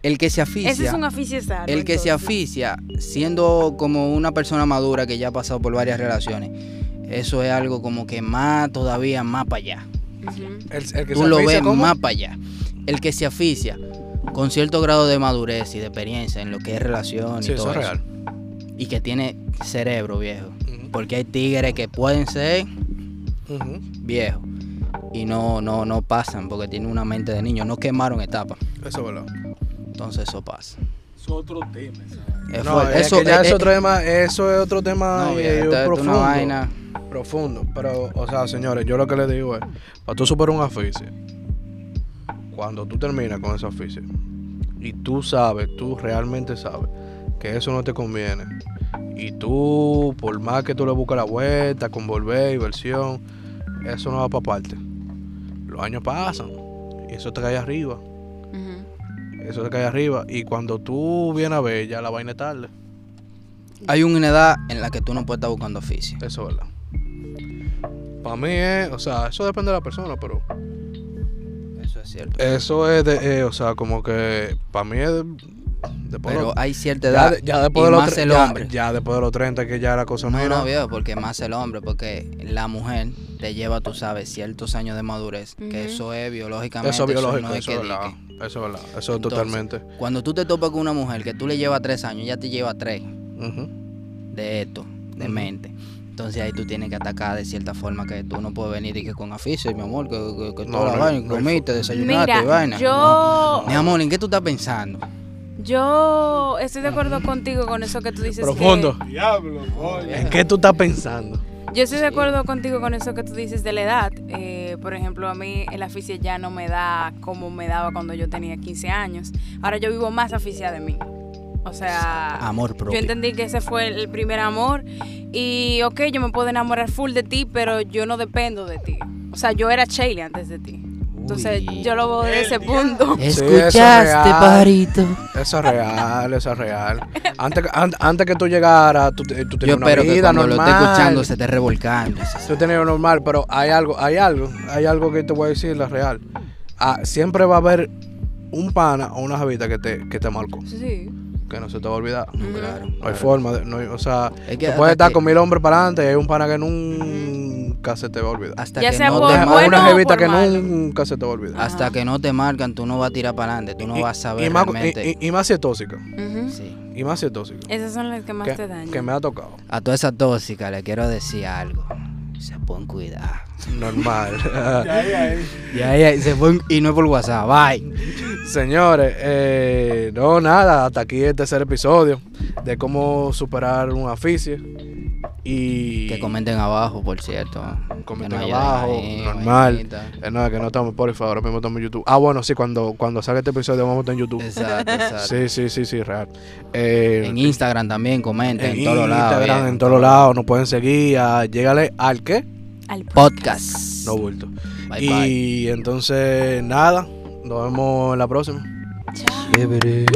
[SPEAKER 2] El que se aficia,
[SPEAKER 3] Ah. Ese es un aficionado.
[SPEAKER 2] el que se aficia siendo como una persona madura que ya ha pasado por varias relaciones, eso es algo como que más todavía más para allá.
[SPEAKER 1] El, el que
[SPEAKER 2] Tú
[SPEAKER 1] se
[SPEAKER 2] lo
[SPEAKER 1] fija
[SPEAKER 2] ves
[SPEAKER 1] como-
[SPEAKER 2] más para allá. El que se aficia con cierto grado de madurez y de experiencia en lo que es relación
[SPEAKER 1] Sí,
[SPEAKER 2] y todo
[SPEAKER 1] eso es
[SPEAKER 2] eso.
[SPEAKER 1] real.
[SPEAKER 2] Y que tiene cerebro, viejo.
[SPEAKER 1] Ujú,
[SPEAKER 2] Porque hay tigres que pueden ser
[SPEAKER 1] ujú.
[SPEAKER 2] viejo y no no no pasan porque tienen una mente de niño, no quemaron etapas.
[SPEAKER 1] Eso es verdad.
[SPEAKER 2] Entonces eso pasa.
[SPEAKER 5] Es otro tema, ¿sabes?
[SPEAKER 2] Es
[SPEAKER 1] No,
[SPEAKER 2] fuerte.
[SPEAKER 1] es que ya
[SPEAKER 2] es-
[SPEAKER 1] es
[SPEAKER 2] es-
[SPEAKER 1] otro tema, eso es otro tema
[SPEAKER 2] no,
[SPEAKER 1] eh,
[SPEAKER 2] viejo, esto es una
[SPEAKER 1] profundo.
[SPEAKER 2] vaina.
[SPEAKER 1] Profundo. Pero, o sea, señores, yo lo que les digo es, para tú superar un aficio, cuando tú terminas con ese aficio, y tú sabes, tú realmente sabes, que eso no te conviene, y tú, por más que tú le busques la vuelta, con volver y versión, eso no va para parte. Los años pasan, y eso te cae arriba. Eso te cae arriba. Y cuando tú vienes a ver, ya la vaina es tarde.
[SPEAKER 2] Hay una edad en la que tú no puedes estar buscando oficio.
[SPEAKER 1] Eso es verdad. Para mí es, o sea, eso depende de la persona, pero
[SPEAKER 2] Eso es cierto.
[SPEAKER 1] eso es de, eh, o sea, como que para mí es de, después de
[SPEAKER 2] Pero
[SPEAKER 1] los-
[SPEAKER 2] hay
[SPEAKER 1] ya,
[SPEAKER 2] cierta edad
[SPEAKER 1] de- ya después
[SPEAKER 2] y
[SPEAKER 1] de los
[SPEAKER 2] más
[SPEAKER 1] tre-
[SPEAKER 2] el
[SPEAKER 1] ya-
[SPEAKER 2] hombre.
[SPEAKER 1] Ya, después de los 30 que ya la cosa
[SPEAKER 2] no,
[SPEAKER 1] mira.
[SPEAKER 2] no, viejo, porque más el hombre, porque la mujer te lleva, tú sabes, ciertos años de madurez,
[SPEAKER 3] Ujú.
[SPEAKER 2] que eso es biológicamente,
[SPEAKER 1] eso es biológico,
[SPEAKER 2] no es
[SPEAKER 1] eso
[SPEAKER 2] que
[SPEAKER 1] es verdad.
[SPEAKER 2] dique.
[SPEAKER 1] Eso es verdad. Eso es
[SPEAKER 2] Entonces,
[SPEAKER 1] totalmente.
[SPEAKER 2] Cuando tú te topas con una mujer que tú le llevas tres años, ya te lleva tres
[SPEAKER 1] Ujú.
[SPEAKER 2] de esto, de
[SPEAKER 1] Ujú.
[SPEAKER 2] mente. Entonces ahí tú tienes que atacar de cierta forma que tú no puedes venir y que con aficio, mi amor, que, que, que
[SPEAKER 1] No,
[SPEAKER 2] toda la
[SPEAKER 1] no,
[SPEAKER 2] vaina,
[SPEAKER 1] no hay
[SPEAKER 2] comiste, desayunaste,
[SPEAKER 3] Mira,
[SPEAKER 2] vaina.
[SPEAKER 3] yo,
[SPEAKER 2] No. Mi amor, ¿en qué tú estás pensando?
[SPEAKER 3] yo estoy de acuerdo contigo con eso que tú dices. que-
[SPEAKER 1] Profundo.
[SPEAKER 5] Diablo, coño.
[SPEAKER 1] ¿En qué tú estás pensando?
[SPEAKER 3] Yo estoy de acuerdo contigo con eso que tú dices de la edad. Eh, por ejemplo, a mí el aficio ya no me da como me daba cuando yo tenía 15 años. Ahora yo vivo más aficiada de mí. O sea,
[SPEAKER 2] Amor
[SPEAKER 3] yo
[SPEAKER 2] propio.
[SPEAKER 3] entendí que ese fue el primer amor. Y ok, yo me puedo enamorar full de ti, pero yo no dependo de ti. O sea, yo era Chaley antes de ti. Entonces
[SPEAKER 2] Uy.
[SPEAKER 3] yo lo veo desde ese
[SPEAKER 5] El
[SPEAKER 3] punto.
[SPEAKER 1] eso es
[SPEAKER 2] Escuchaste,
[SPEAKER 1] real.
[SPEAKER 2] parito.
[SPEAKER 1] Eso es real, eso es real. Antes, que- an- antes que tú llegaras, tú, te- tú
[SPEAKER 2] Yo
[SPEAKER 1] tenías una
[SPEAKER 2] espero que
[SPEAKER 1] vida
[SPEAKER 2] cuando
[SPEAKER 1] normal.
[SPEAKER 2] lo esté escuchando se esté revolcando. ese-
[SPEAKER 1] Tú tenías lo normal, pero hay algo, hay algo, hay algo que te voy a decir, la real. Ah, siempre va a haber un pana o una javita que te, que te marcó,
[SPEAKER 3] Sí.
[SPEAKER 1] que no se te va a olvidar.
[SPEAKER 3] Ujú.
[SPEAKER 2] Claro.
[SPEAKER 1] No hay
[SPEAKER 2] claro.
[SPEAKER 1] forma, de- no hay- o sea,
[SPEAKER 2] Es que
[SPEAKER 1] tú
[SPEAKER 2] hasta
[SPEAKER 1] puedes estar
[SPEAKER 2] que-
[SPEAKER 1] con mil hombres para adelante y hay un pana que nunca se te va a olvidar.
[SPEAKER 2] Hasta
[SPEAKER 3] Ya
[SPEAKER 2] que
[SPEAKER 3] sea
[SPEAKER 2] no
[SPEAKER 3] por
[SPEAKER 2] te
[SPEAKER 1] Una-
[SPEAKER 2] marcan,
[SPEAKER 3] bueno
[SPEAKER 1] una
[SPEAKER 3] o
[SPEAKER 1] jevita
[SPEAKER 3] por
[SPEAKER 1] que
[SPEAKER 3] malo.
[SPEAKER 1] nunca se te va a olvidar.
[SPEAKER 2] hasta
[SPEAKER 3] Ajá.
[SPEAKER 2] que no te marcan, tú no vas a tirar para adelante, tú no vas Ah, a saber
[SPEAKER 1] y, más,
[SPEAKER 2] realmente.
[SPEAKER 1] y- y- y más si es tóxica.
[SPEAKER 3] Ujú.
[SPEAKER 2] Sí.
[SPEAKER 1] Y más si es tóxica.
[SPEAKER 3] Esas son las que más
[SPEAKER 1] que,
[SPEAKER 3] te dañan.
[SPEAKER 1] que me ha tocado.
[SPEAKER 2] A toda esa tóxica le quiero decir algo. Se pueden cuidar.
[SPEAKER 1] Normal.
[SPEAKER 5] Ya, ya, ya.
[SPEAKER 2] Ya, ya, se pueden- y no es por WhatsApp. Bye.
[SPEAKER 1] Señores, eh, no, nada, hasta aquí el tercer episodio de cómo superar un aficio. Y.
[SPEAKER 2] Que comenten abajo, por cierto.
[SPEAKER 1] Comenten
[SPEAKER 2] Que nos
[SPEAKER 1] abajo,
[SPEAKER 2] ayuden
[SPEAKER 1] normal.
[SPEAKER 2] vainita.
[SPEAKER 1] Eh, no, es que no estamos en Spotify, ahora mismo estamos en YouTube. Ah, bueno, sí, cuando, cuando salga este episodio vamos a estar en YouTube.
[SPEAKER 2] Exacto, exacto.
[SPEAKER 1] Sí, sí, sí, sí, real. Eh,
[SPEAKER 2] En Instagram también, comenten. En, todos lados.
[SPEAKER 1] Instagram,
[SPEAKER 2] bien.
[SPEAKER 1] en todos lados, nos pueden seguir. a- llégale al qué?
[SPEAKER 3] Al
[SPEAKER 2] Podcast.
[SPEAKER 1] No bulto.
[SPEAKER 2] Bye, bye.
[SPEAKER 1] y entonces, nada, nos vemos en la próxima.
[SPEAKER 3] Chao.
[SPEAKER 2] Chévere.